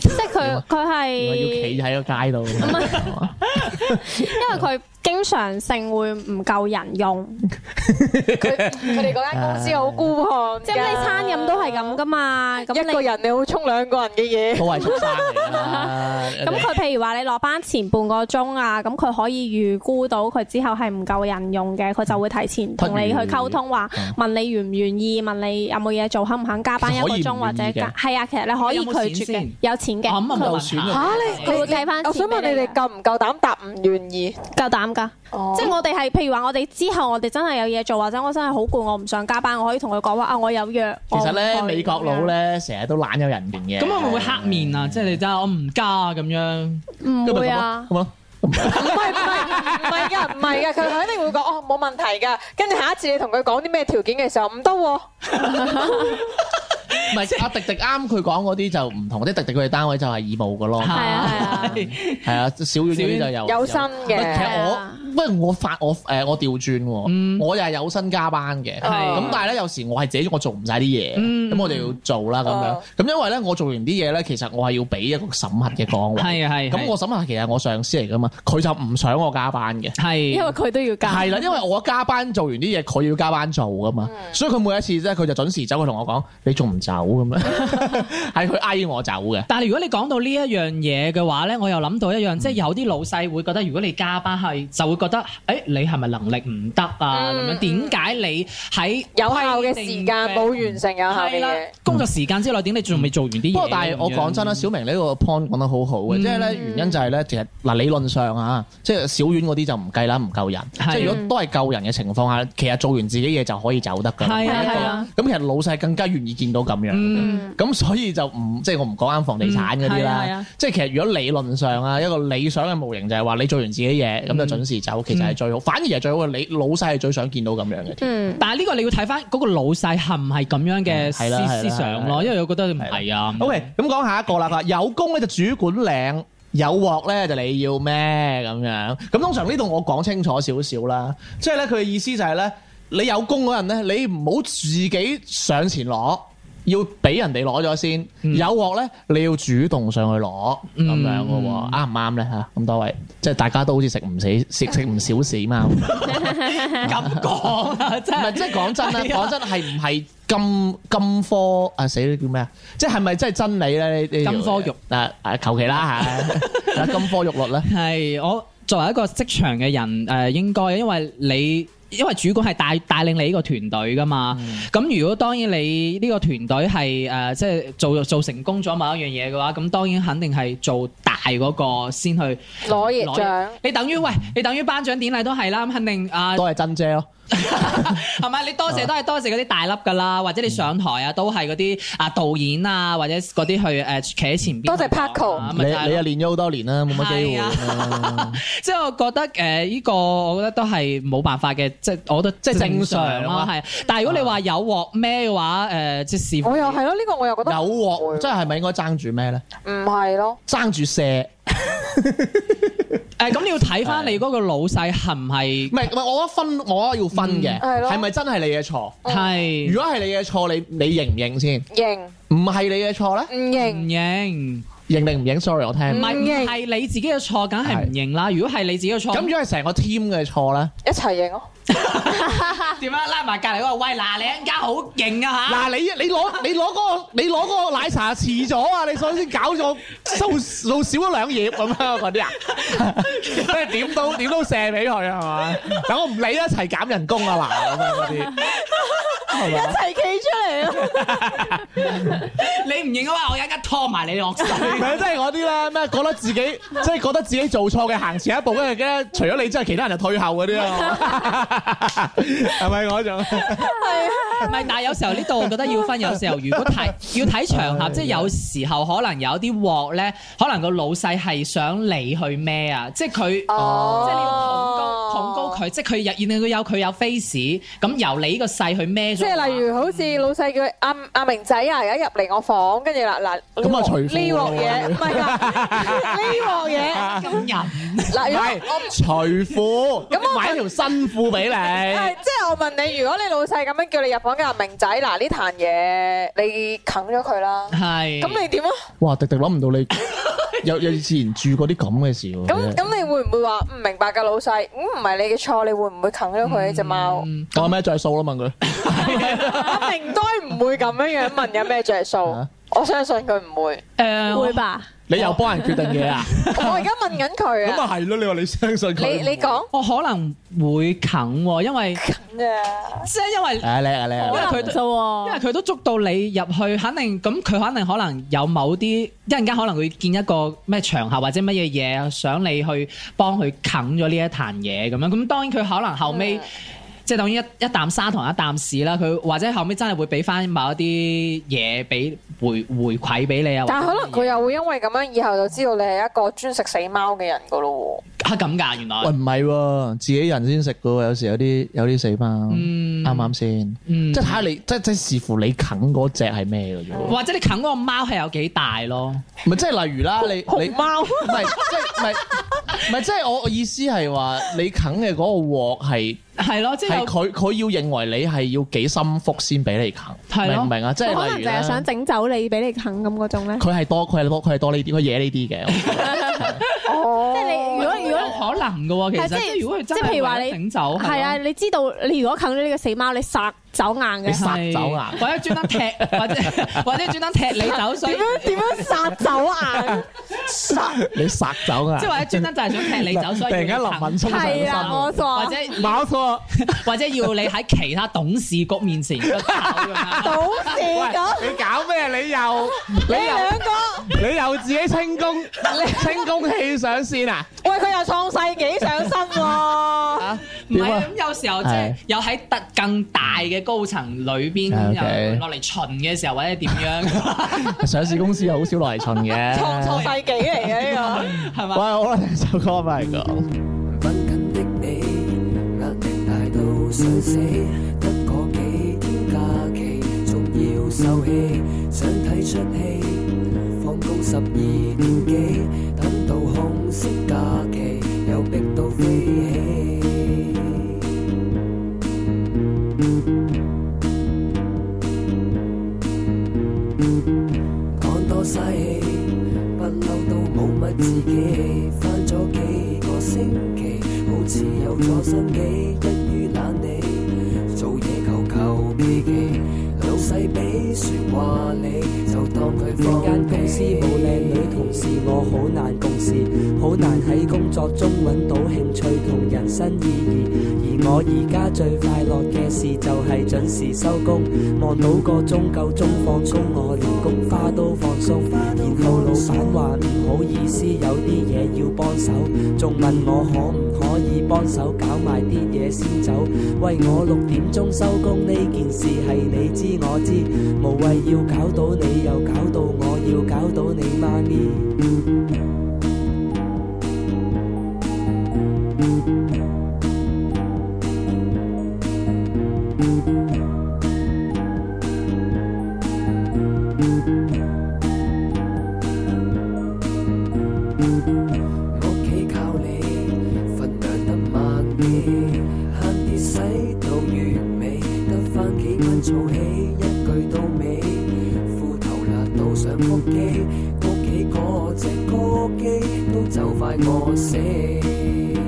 S4: 即係佢佢係，
S1: 我要企喺個街度。
S4: 因為佢經常性會唔夠人用，
S3: 佢佢哋嗰間公司好孤寒㗎，
S4: 即係咁你餐飲都係咁噶嘛，咁
S3: 一個
S4: 你
S3: 人你好沖兩個人嘅嘢，
S1: 都係畜生嚟啦。
S2: <laughs>
S4: 咁佢譬如話你落班前半個鐘啊，咁佢可以預估到佢之後係唔夠人用嘅，佢就會提前同你去溝通話
S1: 嗯，
S4: 問你願唔願意，問你有冇嘢做，肯唔肯加班一個
S1: 可以唔
S4: 鐘或
S1: 願
S4: 者
S1: 意嘅
S4: 加，係啊，其實
S2: 有
S4: 你
S2: 冇
S4: 可以拒
S2: 錢
S4: 絕
S2: 先
S4: 嘅，有錢
S2: 咁啊
S4: 嘅，
S2: 冇
S1: 夠
S2: 錢
S1: 錢
S2: 啊
S1: 啊！
S3: 嚇
S4: 佢會計翻。
S3: 我想問你哋哦夠唔夠膽答唔願意？
S4: 夠膽㗎？即係我哋係，譬如話我哋之後我哋真係有嘢做，或者我真係好攰，我唔想加班，我可以同佢講話啊，我有約。
S1: 其實
S4: 我
S1: 咧，
S4: 唔去嗯
S1: 美國佬咧成日都懶有人緣嘅。
S2: 啊咁會唔會黑面啊？即係你真係我唔加啊咁樣，
S4: 唔會啊
S1: 咁，咯，
S3: 唔係唔係唔係㗎，唔係㗎，佢肯定會講哦冇問題㗎。跟住下一次你同佢講啲咩條件嘅時候，唔得喎。
S1: 唔係阿迪迪啱佢講嗰啲就唔同，即係迪迪佢哋單位就係義務嘅咯，
S4: 係啊係
S1: 係啊，小院嗰啲就有
S3: 有薪
S1: 喂
S3: 嘅
S1: 其實我喂我發我誒我調轉
S2: 嗯
S1: 喎，我又係有薪加班嘅，
S2: 係
S1: 咁但係咧有時我係自己我做唔晒啲嘢，
S2: 嗯
S1: 咁我哋要做啦咁樣
S3: 哦，
S1: 咁因為咧我做完啲嘢咧，其實我係要俾一個審核嘅崗
S2: <laughs>
S1: 位，
S2: 係啊係。
S1: 咁我審核其實係我上司嚟噶嘛，佢就唔想我加班嘅。
S2: 係
S4: 因為佢都要加。
S1: 係啦，因為我加班做完啲嘢，佢要加班做噶嘛，
S2: 嗯
S1: 所以佢每一次咧，佢就準時走，佢同我講：你仲唔走咁
S2: <laughs>
S1: 樣？係佢嗌我走嘅。
S2: 但係如果你講到呢一樣嘢嘅話咧，我又諗到一樣，即係有啲老細會覺得，如果你加班係就會覺得，誒、你係咪能力唔得啊？咁
S3: 嗯
S2: 樣點解你喺
S3: 有效嘅時間冇
S2: 規定
S3: 完成有效
S2: 嘅
S3: 嘅
S2: 係啦
S3: 嘢。
S2: 工作時間之內，點解你仲未做完啲嘢？
S1: 不過但係我講真啦，小明呢個 point 講得好好嘅，
S2: 嗯
S1: 即係咧原因就係咧，其實嗱理論上啊，即係小院嗰啲就唔計啦，唔夠人。即
S2: 係
S1: 係如果都係夠人嘅情況下，其實做完自己嘢就可以走得㗎啦。
S2: 係啊
S4: 係
S2: 係
S4: 啊
S2: 啊，
S1: 咁其實老細更加願意見到咁樣。
S2: 嗯，
S4: 嗯
S1: 咁所以就唔即係我唔講啱房地產嗰啲
S2: 嗯係啊係
S1: 啦
S2: 啊，
S1: 即係其實如果理論上啊，一個理想嘅模型就係話你做完自己嘢咁就準時走，其實係最好，反而係最好嘅。你老細係最想見到咁樣嘅。
S2: <laughs>
S4: 嗯，
S2: 但係呢個你要睇翻嗰個老細係唔係咁樣嘅
S1: 嗯係啦係啦
S2: 思思想
S1: 係
S2: 咯，
S1: 啦
S2: 因為我覺得唔係啊。
S1: O K，咁講下一個啦，佢話有功咧就主管領，有鑊咧就你要咩咁樣？咁通常呢度我講清楚少少啦，即係咧佢嘅意思就係咧，你有功嗰陣咧，你唔好自己上前攞。要俾人哋攞咗先，
S2: 嗯
S1: 有鑊咧，你要主動上去攞咁樣嘅
S2: 嗯
S1: 喎，啱唔啱咧嚇？咁多位，即係大家都好似食唔死食食唔少屎嘛。
S2: 咁講啊，真
S1: 唔係，
S2: 係
S1: 即係講真啦，
S2: 係啊
S1: 講真係唔係金金科啊死啦叫咩啊？即係咪真係真理咧？呢呢
S2: 金科玉
S1: 啊啊，求其啦
S2: <laughs>
S1: 嚇，啊金科玉律咧，
S2: 係我作為一個職場嘅人，誒、應該因為你。因為主管係帶帶領你呢個團隊噶嘛，咁、如果當然你呢個團隊係誒即係做做成功咗某一樣嘢嘅話，咁當然肯定係做大嗰個先去。
S3: 攞嘢
S2: 攞
S3: 獎，
S2: 你等於喂，你等於頒獎典禮都係啦，咁肯定啊
S1: 都係真姐咯。
S2: <laughs> 係咪？你多謝都係多謝嗰啲大粒㗎啦，或者你上台啊都係嗰啲啊導演啊或者嗰啲去誒企喺前邊。
S3: 多謝 Paco
S2: 啊
S1: 你
S2: 咪就係
S1: 你
S2: 咯
S1: 又練咗好多年啦，冇乜機會啦。
S2: 即係我啊覺得誒呢個，我覺得都係冇辦法嘅，即係我覺得
S1: 即係正常啊
S2: 啦，係。但係如果你話有鑊咩嘅話，誒即係視乎
S3: 我又係咯，呢個我又覺
S1: 有
S3: 得 <laughs>
S1: 鑊，即係係咪應該爭住咩咧？
S3: 唔係咯。
S1: 爭住射，
S2: 誒咁你要睇翻你嗰個老細係唔係
S1: 唔係唔係，我覺得分我覺得要分嘅，
S3: 嗯係咯
S1: 係咪真係你嘅錯？
S2: 哦係
S1: 如果係你嘅錯，你你認唔認先？
S3: 認
S1: 唔係你嘅錯
S3: 唔
S1: 咧，
S2: 唔
S3: 認？
S2: 認？
S1: 認定唔認？Sorry，我聽
S2: 唔
S1: 唔明。
S2: 係唔係你自己嘅錯，梗係唔認啦。如果係你自己嘅錯，
S1: 咁如果係成個 team 嘅錯咧？
S3: 一齊認咯。
S2: 點啊？拉埋隔離嗰個喂嗱，你一家好勁啊嚇！
S1: 嗱，你你攞你攞嗰個你攞嗰個奶茶遲咗啊！你所以先搞咗數數少咗兩頁咁樣嗰啲啊， <laughs> 即係點都點都射俾佢係嘛？等我唔理啦，一齊減人工啊嗱咁
S3: <laughs>
S1: 樣嗰啲係嘛？
S3: 齊企出嚟咯。
S2: 你唔認嘅話，我一家拖埋你落水。
S1: 唔係即係嗰啲咧咩？覺得自己即係覺得自己做錯嘅行前一步，跟住咧除咗你之外，其他人就退後嗰
S3: <laughs>
S1: 啲啊，係咪嗰種？
S2: 唔係，但係有時候呢度我覺得要分，有時候如果睇
S3: <laughs>
S2: 要睇場
S3: 啊
S2: 合，即係有時候可能有啲鑊咧，可能個老細係想你去孭啊，即係佢。
S3: 哦
S2: 即係你要捧高捧高佢，即係佢有，然後佢有佢有 face，咁由你呢個勢去孭咗。
S3: 即係例如好似老細叫阿阿明仔啊，而家入嚟我房，跟住嗱嗱，
S1: 咁啊除褲
S3: 呢鑊嘢唔係 <laughs> 㗎，呢鑊嘢
S2: 咁人，
S3: 嗱，如
S1: 係
S3: 果我
S1: 除褲，
S3: 咁我
S1: 買一條新褲俾你。
S3: 係即係我問你，如果你老細咁樣叫你入房嘅阿明仔，嗱呢壇嘢你啃咗佢啦，
S2: 係。
S3: 咁你點啊？
S1: 哇！迪迪諗
S3: <laughs>
S1: 唔到你有有以前住過啲咁嘅事喎。
S3: 咁咁你會唔會話唔明白㗎老細？咁唔係你嘅錯，你會唔會啃咗佢呢只貓？
S2: 嗯
S1: 我咩再數啦？問佢。
S3: 阿明該唔會咁樣樣問有咩着數
S1: 啊，
S3: 我相信佢唔會。
S2: 誒，
S4: <laughs> 會吧？
S1: 你又幫人決定嘢啊？
S3: 我而家問緊佢
S5: 咁
S3: 啊，
S5: 啊係咯，你話你相信佢？
S3: 你你講
S2: 我可能會啃喎，因為
S3: 啫，
S2: 即係因為
S1: 啊叻啊叻
S2: 因為
S1: 啊！
S2: 佢
S4: 啫喎
S2: 因為佢都捉到你入去，肯定咁佢肯定可能有某啲一陣間可能會見一個咩場合或者乜嘢嘢，想你去幫佢啃咗呢一壇嘢咁樣。咁當然佢可能後尾。
S3: 嗯
S2: 即係等於一一啖砂糖一啖屎啦，佢或者後尾真係會俾翻某一啲嘢俾回回饋俾你啊。
S3: 但係
S2: 或者
S3: 可能佢又會因為咁樣以後就知道你係一個專食死貓嘅人㗎咯
S2: 啊咁㗎，原來
S1: 喂，唔係喎，自己人先食噶喎，有時有啲有啲死包，
S2: 嗯
S1: 啱唔啱先？
S2: 嗯
S1: 即係睇下你，即即係視乎你啃嗰只係咩嘅啫喎。
S2: 或者你啃嗰個貓係有幾大咯？
S1: 唔係即係例如啦，你
S3: 喎。
S1: 你
S3: 熊貓
S1: 唔係即係唔係唔係即係我我意思係話你啃嘅嗰個鑊係
S2: 係咯，即係
S1: 係
S2: 有
S1: 佢佢要認為你係要幾心腹先俾你啃，
S2: 係咯
S1: 明唔明啊？即
S4: 佢可
S1: 係
S4: 能
S1: 例如
S4: 就係
S1: 咧
S4: 想。整走你俾你啃咁嗰種咧。
S1: 佢係多，佢係多，佢係多呢啲，佢惹呢啲嘅。
S3: 哦，
S4: 即係你如果如
S2: 有
S4: 果
S2: 可能嘅喎，其
S4: 係
S2: 實
S4: 即
S2: 即係如果佢
S4: 係即
S2: 真
S4: 係譬
S2: 係
S4: 如話你
S2: 為咗整走，
S4: 係啊，
S2: 咯，
S4: 你知道你如果啃咗呢個死貓，你殺走硬
S1: 你
S4: 嘅。 <laughs>
S1: 殺走啊
S2: 係或者專登踢，或者或者專登踢你走，所以
S3: 點樣點樣殺走硬？殺
S1: 你殺走啊
S2: 即係！或者專登就係想踢你走，所以
S5: 突然間林敏聰上
S4: 係
S5: 身
S4: 啊，
S5: 喎，
S4: 我
S2: 或
S4: 話 <laughs>
S2: 者
S5: 冇錯。
S2: <laughs> 或者要你喺其他董事局面前出醜咁樣
S3: 到事咁，
S5: 喂，你搞咩？
S4: <laughs>
S5: 你又
S3: 你兩個。
S5: 你又自己清功，清功氣上線啊！
S3: 喂，佢又創世紀上身喎、
S5: <laughs>
S2: 唔係啊
S1: 點啊
S2: 咁有時候即
S1: 係
S2: 係有喺特更大嘅高層裏邊
S1: 係
S2: 又
S1: OK
S2: 落嚟巡嘅時候，或者點樣 <laughs>
S1: 上市公司又好少來巡嘅。
S3: 創創世紀嚟
S5: <laughs>
S3: 嘅呢
S2: 係
S1: 喂，
S2: 嘛？
S1: 好啦，聽首歌翻嚟講。
S6: 分緊的你，壓力大到想死，得嗰幾天假期，仲要受氣，想睇出戲，放工十二點幾，等到空色假期，又逼到飛起。講多嘥氣，不嬲都冇乜自己。翻咗幾個星期，好似有咗新機，一於懶你，做嘢求求其其。老細俾説話你，就當佢放
S7: 間公司
S6: 屁
S7: 冇靚女同事，我好難共事，好難喺工作中揾到興趣同人生意義。而我而家最快樂嘅事就係準時收工，望到個鐘夠鐘放工，我連菊花都放鬆。然後老闆話唔好意思，有啲嘢要幫手，仲問我可唔可以幫手搞埋啲嘢先走。喂，我六點鐘收工呢件事係你知我知，無謂要搞到你又搞到我，要搞到你媽咪。
S6: 屋企靠你，份量得萬幾，慳啲使到月尾，得翻幾蚊儲起，一句到尾，褲頭辣到上腹肌，屋企嗰只歌機都就快餓死。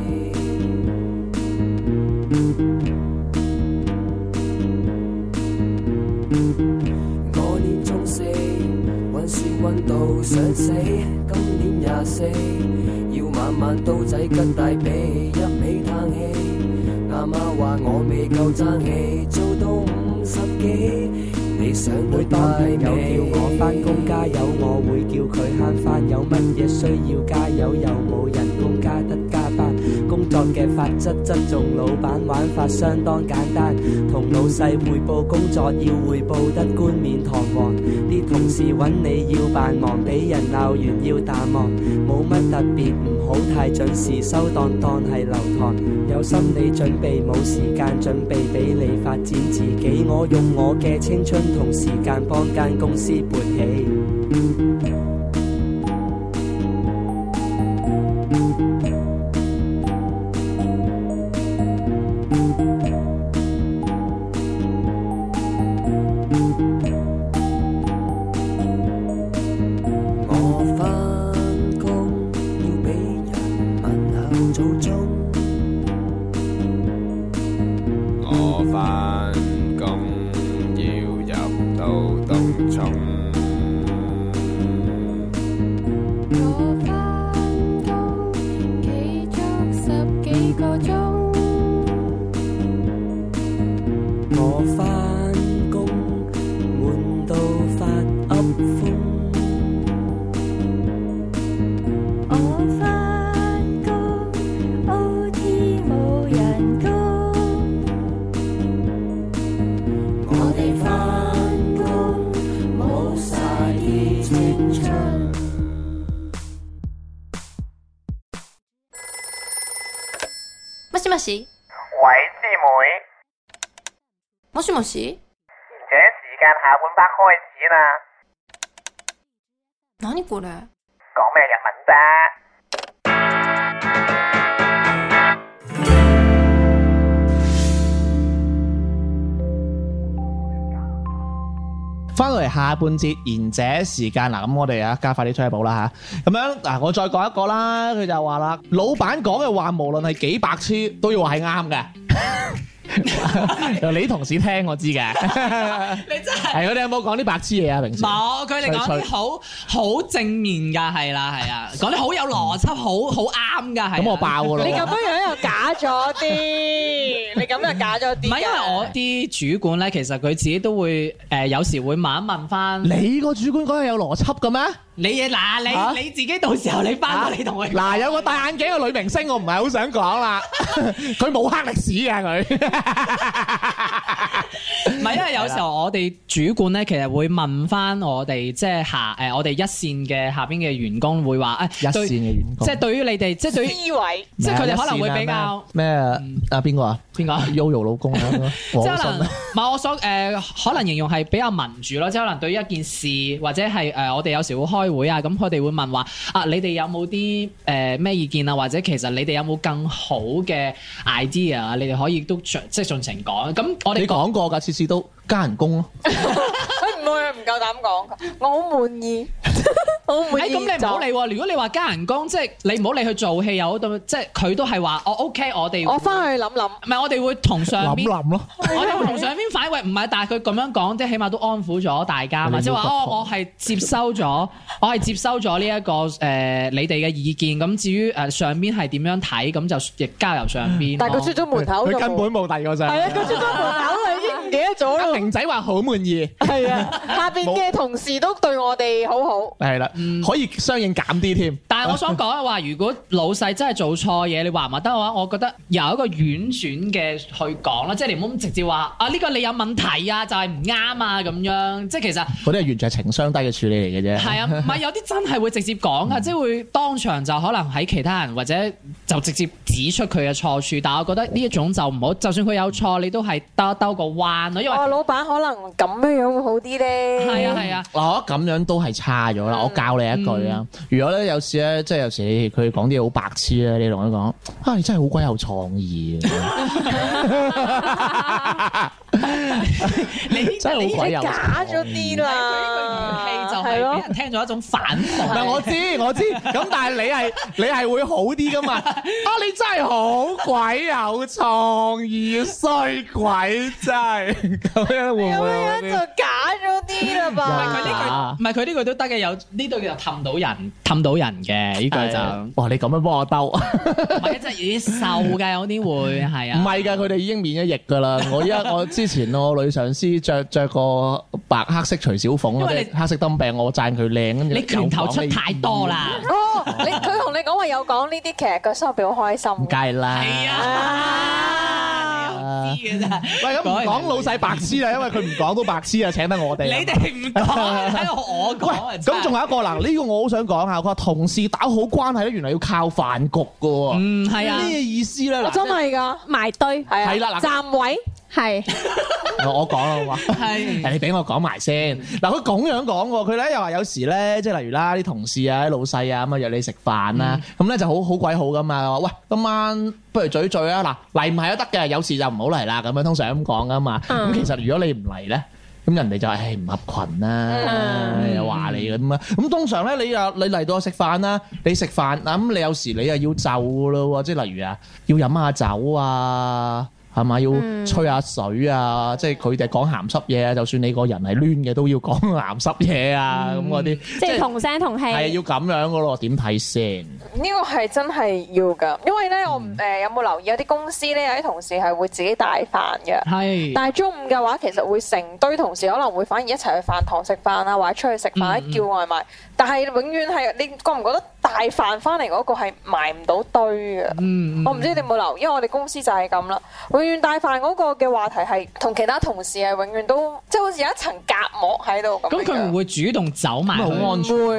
S6: 我年中四，温書温到想死，今年廿四，要晚晚刀仔吉大髀，一味嘆氣。阿媽話我未夠爭氣，做到五十幾，你想
S7: 每
S6: 會
S7: 當
S6: 大
S7: 朋
S6: 未
S7: 友叫我翻工加油，我會叫佢慳翻。有乜嘢需要加油，又冇人工加得加班。工作嘅法則側重老闆玩法相當簡單，同老細匯報工作要匯報得冠冕堂皇。啲同事揾你要扮忙，俾人鬧完要淡忘，冇乜特別，唔好太準時收檔，當係留堂。有心理準備，冇時間準備俾你發展自己。我用我嘅青春同時間幫間公司勃起。
S6: Hãy subscribe cho kênh Ghiền Mì Gõ Để không bỏ lỡ
S8: 我返工要入到洞中。
S9: 我返工企足十幾個鐘，
S7: 我返工悶到發噏風，
S9: 我返工 OT 冇人工，
S7: 我哋返工
S9: 冇晒啲青春。
S10: もしもし
S11: 喂，師妹，
S10: もしもし
S11: 而且時間下半 part 開始啦，
S10: 何これ
S11: 講咩日文啫？
S1: 翻到嚟下半節賢者時間嗱，咁我哋啊加快啲吹步啦吓，咁樣嗱，我再講一個啦，佢就話啦，老闆講嘅話無論係幾白痴都要話係啱
S2: <laughs>
S1: 嘅。由你啲同事聽我知
S2: <laughs>
S1: 嘅，係
S2: 你真係
S1: 佢哋有冇講啲白痴嘢啊？平時
S2: 冇，佢哋講啲好好正面㗎，係啦係啊，講啲好有邏輯，好好啱㗎，係啊。
S1: 咁我爆噶咯
S3: 你咁
S1: 喎，
S3: 樣樣又假咗 <laughs> 啲，你咁又假咗
S2: 唔
S3: 啲㗎。啊
S2: 係因為我啲主管咧，其實佢自己都會誒，有時會問一問翻
S1: 你個主管講嘢有邏輯嘅咩？
S2: 你嘢嗱，
S1: 啊
S2: 你你自己到時候你翻過嚟同佢
S1: 嗱，有個戴眼鏡嘅女明星，我唔係好想講啦， <laughs> 佢冇黑歷史嘅佢，
S2: 唔係，因為有時候我哋主管咧，其實會問翻我哋即係下誒、我哋一線嘅下邊嘅員工會話誒、對
S1: 嘅員啊
S2: 即係對於你哋，即係對於
S3: 思維，
S2: 即係佢哋可能會比較嗯
S1: 咩啊邊個啊
S2: 邊個啊？
S1: Yoyo
S2: <laughs>
S1: 老公啊，
S2: 即
S1: 黃
S2: 係
S1: 信
S2: 可能
S1: 啊。
S2: 唔係我所誒、可能形容係比較民主咯。即係可能對於一件事或者係誒、呃我哋有時會開會啊，咁佢哋會問話啊，你哋有冇啲誒咩意見啊？或者其實你哋有冇更好嘅 idea 啊？你哋可以都盡即係盡情講。咁我哋
S1: 你講過㗎，次次都加人工咯。
S3: 佢唔會唔夠膽講，我好滿意，我好
S2: 誒
S3: 滿意。
S2: 咁你唔好理喎，如果你話加人工，即係你唔好理佢做戲又好，到即係佢都係話我 OK，我哋
S3: <laughs> 就，我翻去諗諗。
S2: 唔係我哋會同上邊，
S1: 諗咯，
S2: 我哋會同上邊反喂，唔係，但係佢咁樣講，即係起碼都安撫咗大家嘛，
S1: 你
S2: 即係話
S1: 冇得
S2: 哦，
S1: 講
S2: 我係接收咗， <laughs> 我係接收咗呢一個誒、你哋嘅意見，咁至於誒、上邊係點樣睇，咁就亦交由上邊。
S3: 嗯但係佢出咗門口就
S1: 佢
S3: 冇
S1: 根本冇第二個
S3: 係
S1: 仔。
S3: 啊，佢出咗門口啦，已經唔記得咗
S1: 阿
S3: 啦。
S1: 明仔話好滿意，
S3: 係啊，下邊嘅同事都對我哋好好。
S1: <laughs> 係啦，可以相應減啲添。
S2: 嗯但係我想講嘅話，如果老細真係做錯嘢，你話唔話得嘅話，我覺得由一個婉轉嘅去講啦，即係你唔好咁直接話啊呢、個你有問題啊，就係唔啱啊咁樣。即係其實
S1: 嗰啲係完全係情商低嘅處理嚟嘅啫。
S2: 係啊，唔係有啲真係會直接講噶，即係會當場就可能喺其他人或者就直接指出佢嘅錯處。但係我覺得呢一種就唔好，就算佢有錯，你都係兜兜個彎咯，因為
S3: 哦，老闆可能咁樣樣會好啲咧。
S2: 係啊係啊。
S1: 嗱，我覺得哦咁樣都係差咗啦。我教你一句啊，如果咧有時咧，即係有時你佢講啲嘢好白痴咧，你同佢講啊，你真係好鬼有創意啊！
S2: 你
S1: 真係好鬼有
S3: 假咗啲啦，
S2: 氣就
S3: 係
S2: 係
S3: 咯
S2: 俾人聽咗一種反
S1: 唔係
S2: 駁。
S1: 我知我知，咁但係你係你係會好啲噶嘛？啊，你真係好鬼有創意，衰鬼真係咁樣會唔
S3: 咁
S1: 會
S3: 樣
S1: 好
S3: 就
S1: 啲？啊
S3: 假咗啲啦
S2: 唔係佢
S3: 吧？
S2: 呢句，唔係佢呢句都得嘅，有呢度又氹到人，氹到人嘅呢句就。
S1: 哇！你咁樣幫我兜，唔
S2: 唔係，真係有啲瘦嘅，有啲會係啊。
S1: 係㗎，佢哋已經免咗疫㗎啦。 <laughs> 我依家我之前我女上司着着個白黑色徐小鳳嗰
S2: 因為你
S1: 啲黑色燈病，我讚佢靚，跟住
S2: 你拳頭出太多啦，
S3: 哦，你佢同你講話有講呢啲，其實個心入邊好開心
S1: 有講，唔
S3: 嘅。
S1: 計啦。
S2: 係啊，你又知嘅啫。
S1: 喂，咁唔講老細白痴啦，因為佢唔講都白痴啊，請得我哋。
S2: 你哋唔講，睇到我講啊。真係
S1: 咁仲有一個嗱，呢個我好想講下，佢話同事打好關係咧，原來要靠飯局嘅喎。
S2: 嗯係啊，
S1: 咩意思咧？嗱，
S3: 我真係㗎，
S4: 埋堆
S3: 係啊，
S1: 係啦嗱
S3: 站位
S4: 係
S1: 我我講啦，好嘛？
S2: 係
S1: 誒你俾我講埋先。嗱，佢咁樣講喎，佢咧又話有時咧，即係例如啦，啲同事啊、啲老細啊咁啊約你食飯啦，咁咧就好好鬼好噶嘛。話喂，今晚不如聚一聚啊！嗱，嚟唔係都得嘅，有事就唔好嚟啦。咁樣通常咁講噶嘛。咁
S4: 嗯
S1: 其實如果你唔嚟咧，咁人哋就誒唔合群啦，又話你咁啊。咁通常咧，你又你嚟到我食飯啦，你食飯嗱咁，你有時你又要就咯喎，即係例如啊，要飲下酒啊。係咪要
S4: 嗯
S1: 吹下水啊？即係佢哋講鹹濕嘢啊，就算你個人係攣嘅，都要講鹹濕嘢啊咁嗰啲，
S4: 即係同聲同氣。
S1: 係要咁樣噶咯？點睇先？
S3: 呢個係真係要㗎，因為咧我
S1: 嗯
S3: 唔誒有冇留意有啲公司咧有啲同事係會自己帶飯嘅，
S1: 嗯
S2: 係
S3: 但係中午嘅話其實會成堆同事可能會反而一齊去飯堂食飯啊，或者出去食飯，
S1: 嗯
S3: 或者叫外賣。但係永遠係你覺唔覺得帶飯翻嚟嗰個係埋唔到堆嘅？
S2: 嗯
S3: 我唔知你有冇留意，因為我哋公司就係咁啦。永遠帶飯嗰個嘅話題係同其他同事係永遠都即係好似有一層隔膜喺度咁
S2: 咁
S3: 樣樣。
S2: 佢唔會主動走埋去，
S1: 好安
S3: 全會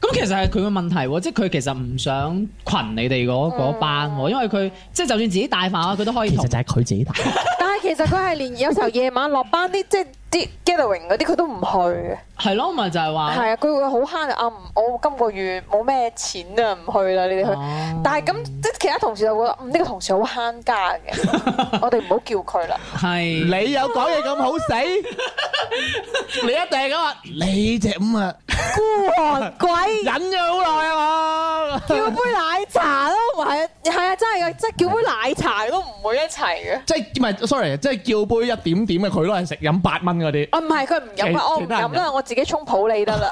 S2: 咁其實係佢嘅問題喎，即係佢其實唔想群你哋嗰嗰班喎，因為佢即係就算自己帶飯啊，佢都可以
S1: 其
S2: 同
S1: 實就係佢自己打。
S3: 但係其實佢係連有時候夜晚落 <laughs> 班啲即係啲 gathering 嗰啲佢都唔去嘅，
S2: 係咯，咪就係話
S3: 係啊，佢會好慳啊！唔我今個月冇咩錢啊，唔去啦，你哋去。
S2: 哦
S3: 但係咁即係其他同事就會覺得，嗯呢、個同事好慳家
S2: <laughs>
S3: 嘅，我哋唔好叫佢 <laughs> 啦。
S2: 係
S1: 你有講嘢咁好死，你一定咁話你只五啊，
S3: 孤寒鬼
S1: 忍咗好耐啊嘛，
S3: 叫杯奶茶都唔係，係啊，真係嘅，即係叫杯奶茶都唔會一齊嘅。
S1: 即係唔係？sorry，即係叫杯一點點嘅，佢都係食飲八蚊嗰啲。
S3: 啊，唔係佢唔飲啊，
S1: 其
S3: 我唔
S1: 其他人
S3: 飲
S1: <laughs>
S3: 啦， <laughs> 我自己沖普洱得啦。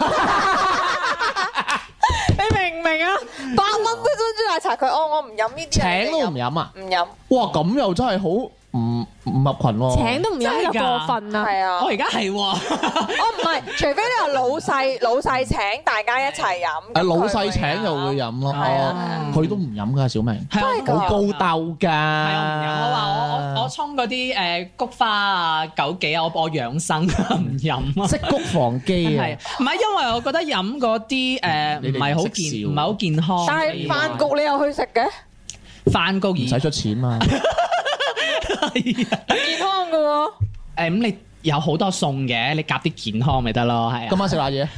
S3: 你明唔明啊？八蚊杯珍珠奶茶，佢哦，我唔飲呢啲啊，
S1: 請都唔飲啊！
S3: 唔飲，
S1: 哇，咁又真係好唔唔合群喎。
S4: 請都唔飲啊就過分啦。
S3: 係啊
S2: 我。而家係喎，
S3: 我唔係，除非你話老細老細請大家一齊飲。
S1: 啊，老細請就會飲咯，
S3: 係
S1: 哦
S3: 啊
S1: 佢都唔飲噶，小明
S2: 係
S3: 真係
S2: 啊
S3: 㗎
S1: 好高竇
S2: 係
S1: 㗎。
S2: 啊，我唔飲我話我我我沖嗰啲誒菊花啊、枸杞啊，我我養生唔飲啊。
S1: 即谷防機啊，嗯
S2: 係，唔係因為我覺得飲嗰啲誒
S1: 你
S2: 唔
S1: 哋
S2: 係好
S1: 唔識
S2: 健
S1: 笑
S2: 唔係好健康。
S3: 但係飯局你又去食嘅，
S1: <laughs>
S2: 飯
S1: 唔
S2: 局
S1: 使出錢嘛。
S2: 而
S3: 健康嘅喎。
S2: 誒咁你有好多餸嘅，你夾啲健康咪得咯，係啊。
S1: 今晚食辣嘢。 <laughs>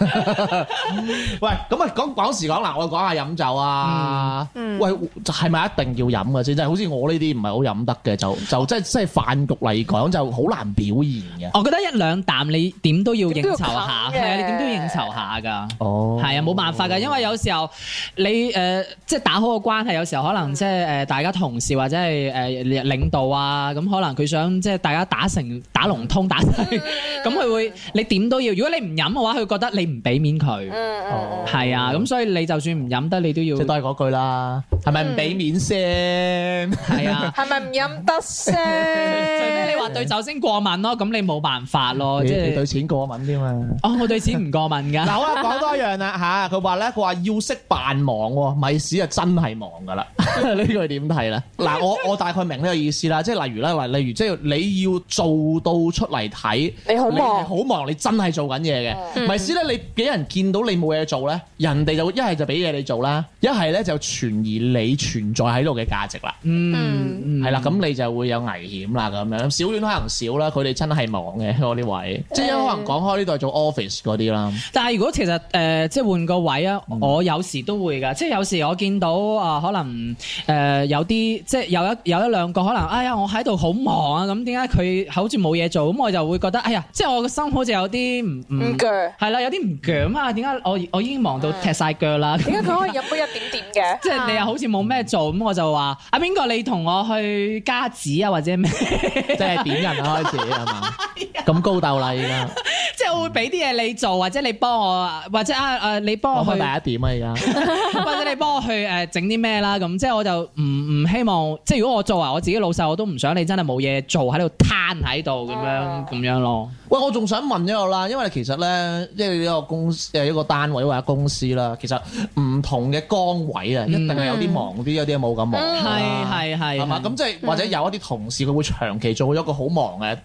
S1: 喂，咁啊講講時講嗱，我講下飲酒啊。
S4: 嗯
S1: 喂，係咪一定要飲嘅先？即係好似我呢啲唔係好飲得嘅，就就即係即係飯局嚟講就好難表現嘅。
S2: 我覺得一兩啖你點都要應酬
S3: 點都要
S2: 下，
S3: 冚嘅
S2: 係啊，你點都要應酬下㗎。
S1: 哦，
S2: 係啊，冇辦法㗎，因為有時候你誒、呃即係打好個關係，有時候可能即係誒大家同事或者係誒、呃、領導啊，咁可能佢想即係大家打成打龍通打成，
S1: 嗯
S2: 咁佢會你點都要，如果你唔飲嘅話，佢覺得你唔俾面佢，
S3: 嗯嗯
S2: 係啊，咁所以你就算唔飲得，你都要
S1: 即係都係嗰句啦，係咪唔俾面先？
S2: 係啊
S1: <laughs>
S3: 嗯，。係咪唔飲得
S2: 除
S3: 先？
S2: 非你話對酒精過敏咯，咁你冇辦法咯，
S1: 你
S2: 即
S1: 你對
S2: 係
S1: 錢過敏添嘛？
S2: 哦，我對錢唔過敏 <laughs>
S1: 嗱，
S2: 㗎，
S1: 好啦，講多樣啦吓，佢話咧，佢話要識扮忙喎，米屎啊真係忙噶啦，呢句點睇咧？嗱，我我大概明呢個意思啦，即係例如啦，例例如即係你要做到出嚟睇，
S3: 你好忙
S1: 係好忙，你真係做緊嘢
S4: 嗯
S1: 嘅。米屎咧，你俾人見到你冇嘢做咧，人哋就一係就俾嘢你做啦，一係咧就存疑你存在喺度嘅價值啦。
S2: 嗯，嗯
S1: 係啦，咁你就會有危險啦，咁樣小院可能少啦，佢哋真係忙嘅嗰啲位，即係可能講開呢度係做 office 嗰啲啦。
S2: 但係如果其實誒、呃即係換個位啊，我有時都會㗎，即係有時我見到啊、可能誒、呃有啲即係有一有一兩個可能，哎呀，我喺度好忙啊，咁點解佢好似冇嘢做？咁我就會覺得，哎呀，即係我個心好似有啲唔
S3: 唔
S2: 唔
S3: 鋸，
S2: 係啦，有啲唔強啊，點解我我已經忙到踢晒腳啦？
S3: 點解佢可以飲杯一點點嘅？
S2: 即係你又好似冇咩做，咁我就話阿邊個你同我去加紙啊，或者咩？ <laughs>
S1: 即係點人啦開始係嘛？咁高鬥啦，而家
S2: 即係我會俾啲嘢你做，或者你幫我，或者啊啊你幫我
S1: 講
S2: 去，
S1: 翻第一點啊，而
S2: <laughs>
S1: 家
S2: 或者你幫我去誒整啲咩啦咁。即係我就唔唔希望，即係如果我作為我自己老細，我都唔想你真係冇嘢做喺度攤喺度咁樣咁樣咯。
S1: 喂，我仲想問一個啦，因為其實咧，即係一個公司誒一個單位或者公司啦，其實唔同嘅崗位啊，一定係有啲忙啲，有啲冇咁忙
S2: 係
S1: 啦。
S2: 係嗯係嗯
S1: 係嘛？咁即係或者有一啲同事佢會長期做咗一個好忙嘅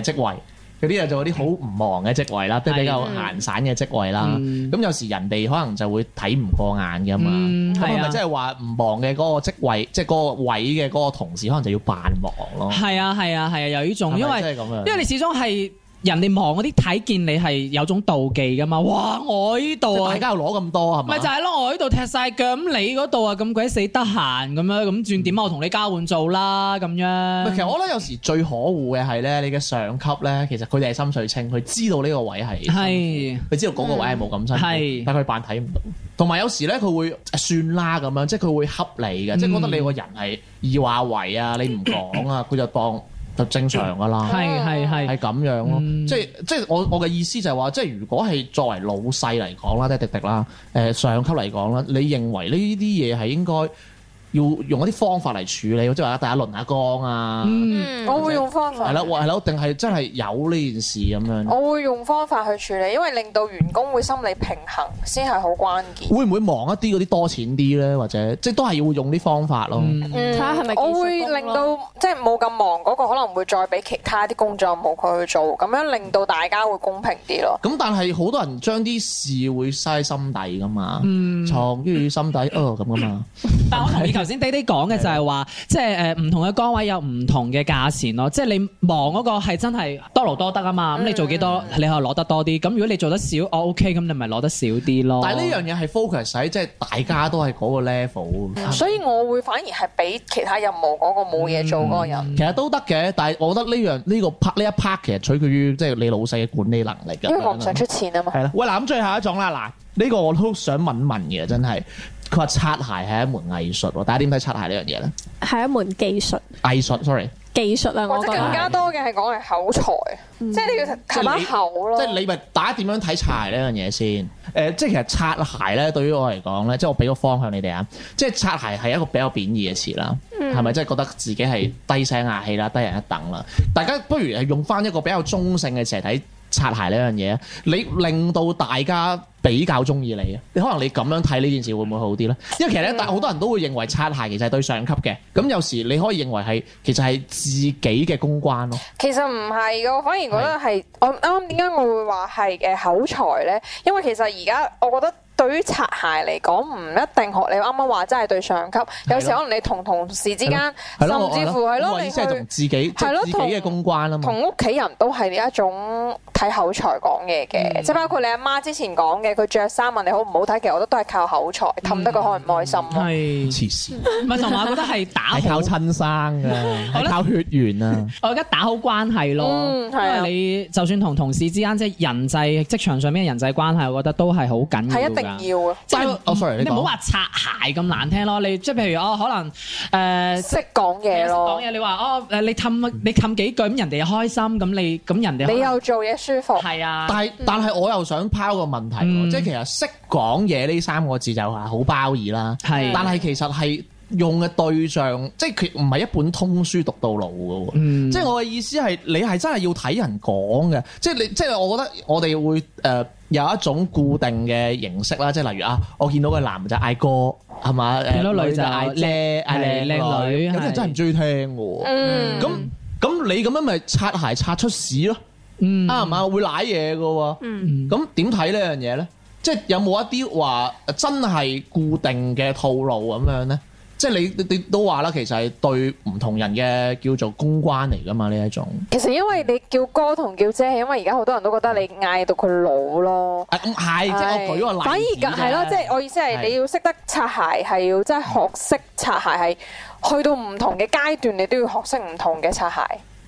S1: 誒職位，有啲人做啲好唔忙嘅職位啦，即係比較閒散嘅職位啦。
S2: 嗯
S1: 咁有時人哋可能就會睇唔過眼㗎嘛。
S2: 嗯
S1: 咁係
S2: 係
S1: 咪
S2: 啊
S1: 即。係話唔忙嘅嗰個職位，即係嗰個位嘅嗰個同事，可能就要扮忙咯？
S2: 係啊係啊係啊，有呢種，
S1: 係
S2: 因
S1: 咪
S2: 為
S1: 真係咁樣，
S2: 因為你始終係人哋望嗰啲睇見你係有種妒忌噶嘛？哇！我呢度啊
S1: 大，家又攞咁多係嘛？
S2: 咪就係咯，我呢度踢晒腳，咁你嗰度啊咁鬼死得閒咁樣，咁轉點啊我同你交換做啦咁
S1: 唔係
S2: 樣。
S1: 其實我覺得有時最可惡嘅係咧，你嘅上級咧，其實佢哋係心水清，佢知道呢個位係，
S2: 係
S1: 佢知道嗰個位係冇咁
S2: 嗯
S1: 辛苦
S2: 係，
S1: 但佢扮睇唔到。同埋有時咧，佢會哎算啦咁樣，即係佢會恰你嘅，即係覺得你個人係以話為啊，你唔講啊，佢就當就正常噶啦。
S2: 係係係
S1: 係咁樣咯，
S2: 嗯
S1: 即係即係我我嘅意思就係話，即係如果係作為老細嚟講啦，即係迪迪啦，誒、上級嚟講啦，你認為呢啲嘢係應該要用一啲方法嚟處理，即係話大家輪下崗啊，
S2: 嗯，
S3: 嗯我會用方法
S1: 係。啦、或係啦，定係真係有呢件事咁
S2: 哦
S1: 樣？
S3: 我會用方法去處理，因為令到員工會心理平衡先係好關鍵。
S1: 會唔會忙一啲嗰啲多錢啲咧，或者即係都係要用啲方法咯？
S3: 嗯
S4: 睇下係咪技術
S3: 我會
S4: 工咯
S3: 令到即係冇咁忙嗰個，可能會再俾其他啲工作任務佢去做，咁樣令到大家會公平啲咯。
S1: 咁但係好多人將啲事會嘥心底噶嘛，
S2: 嗯
S1: 藏於心底哦咁噶
S2: <laughs>
S1: 嘛，
S2: 但我同意頭先爹爹講嘅就係話，即係誒唔同嘅崗位有唔同嘅價錢咯。即係你忙嗰個係真係多勞多得啊
S3: 嗯
S2: 嘛。咁你做幾多，你可以攞得多啲。咁如果你做得少，我 OK，咁你咪攞得少啲咯。
S1: 但係呢樣嘢係 focus 喺即係大家都係嗰個 level
S2: 嗯
S4: 嗯
S1: 㗎嘛。
S3: 所以我會反而係俾其他任務嗰個冇嘢做嗰個
S4: 嗯
S3: 人，
S1: 其實都得嘅，但係我覺得呢樣呢個 part 呢一 part 其實取決於即係你老細嘅管理能力㗎。
S3: 因為我唔想出錢啊嘛。
S1: 係啦，喂嗱咁最後一種啦，嗱呢個我都想問一問嘅，真係佢話擦鞋係一門藝術喎，大家點睇擦鞋呢樣嘢咧？
S4: 係一門技術，
S1: 藝術，sorry，
S4: 技術啊，
S3: 或
S4: 我
S3: 者
S4: 覺得嗯
S3: 更加多嘅係講係口才，即係你要琴把口咯。
S1: 即係你咪大家點樣睇擦鞋呢樣嘢先？誒、即係其實擦鞋咧，對於我嚟講咧，即係我俾個方向你哋啊，即係擦鞋係一個比較貶義嘅詞啦，係咪、即係覺得自己係低聲下氣啦，低人一等啦？大家不如係用翻一個比較中性嘅詞嚟睇擦鞋呢樣嘢，啊你令到大家。比較中意你啊！你可能你咁樣睇呢件事會唔會好啲咧？因為其實咧，但好多人都會認為擦鞋其實係對上級嘅，咁有時你可以認為係其實係自己嘅公關咯。
S3: 其實唔係嘅，我反而覺得係我啱啱點解我會話係誒口才咧？因為其實而家我覺得。對於擦鞋嚟講，唔一定學你啱啱話，真係對上級。有時可能你同同事之間，
S1: 係
S3: 甚
S1: 咯
S3: 至乎係
S1: 我
S3: 咯，
S1: 意
S3: 你
S1: 思係嗯同
S3: 去
S1: 自己即
S3: 係
S1: 係
S3: 咯
S1: 自己嘅公關啊嘛。
S3: 同屋企人都係呢一種睇口才講嘢嘅，即係包括你阿媽之前講嘅，佢着衫問你好唔好睇，其實我覺得都係靠口才氹得佢開唔開心咯。
S2: 係，
S1: 黐線，
S2: 咪同埋我覺得係打
S1: 係靠
S2: 好
S1: 親生㗎，
S2: 我
S1: 係
S2: 覺得
S1: 靠血緣啊。
S2: 我而家打好關係咯，
S3: 嗯係啊
S2: 因為你就算同同事之間，即係人際職場上面嘅人際關係，我覺得都係好緊
S3: 係
S2: 要
S3: 一
S2: 㗎。
S3: 定要啊嘅，
S2: 即係
S1: 哦，sorry，你
S2: 你唔好
S1: 講
S2: 話擦鞋咁難聽咯。你即係譬如哦，可能誒、呃、
S3: 識講嘢咯
S2: 講，嘢，你話哦誒，你氹你氹幾句，咁人哋又開心，咁你咁人哋可能
S3: 你又做嘢舒服。
S2: 係啊，
S1: 但係但係我又想拋個問題喎，
S2: 嗯
S1: 即係其實識講嘢呢三個字就係好包義啦。
S2: 係
S1: 但係其實係用嘅對象，即係佢唔係一本通書讀到老嘅喎。
S2: 嗯
S1: 即係我嘅意思係，你係真係要睇人講嘅，即係你，即係我覺得我哋會誒、呃有一種固定嘅形式啦，即係例如啊，我見到個男就嗌哥，係嘛？誒
S2: 見到女就
S1: 嗌姐，
S2: 係
S1: 嗌
S2: 靚
S1: 靚女，
S2: 女
S1: 有啲人
S2: 係
S1: 真係唔中意聽嘅喎。
S3: 嗯，
S1: 咁咁你咁樣咪擦鞋擦出屎咯，
S2: 嗯
S1: 啱唔啱？會舐嘢嘅喎。
S2: 嗯
S1: 咁點睇呢樣嘢咧？即係有冇一啲話真係固定嘅套路咁樣咧？即係你你你都話啦，其實係對唔同人嘅叫做公關嚟噶嘛呢一種。
S3: 其實因為你叫哥同叫姐，係因為而家好多人都覺得你嗌到佢老咯。
S1: 啊咁係，即係我舉個例子啫
S3: 反而㗎係咯，即係我意思
S1: 係
S3: 係你要識得擦鞋，係要真係學識擦鞋，係去到唔同嘅階段，你都要學識唔同嘅擦鞋。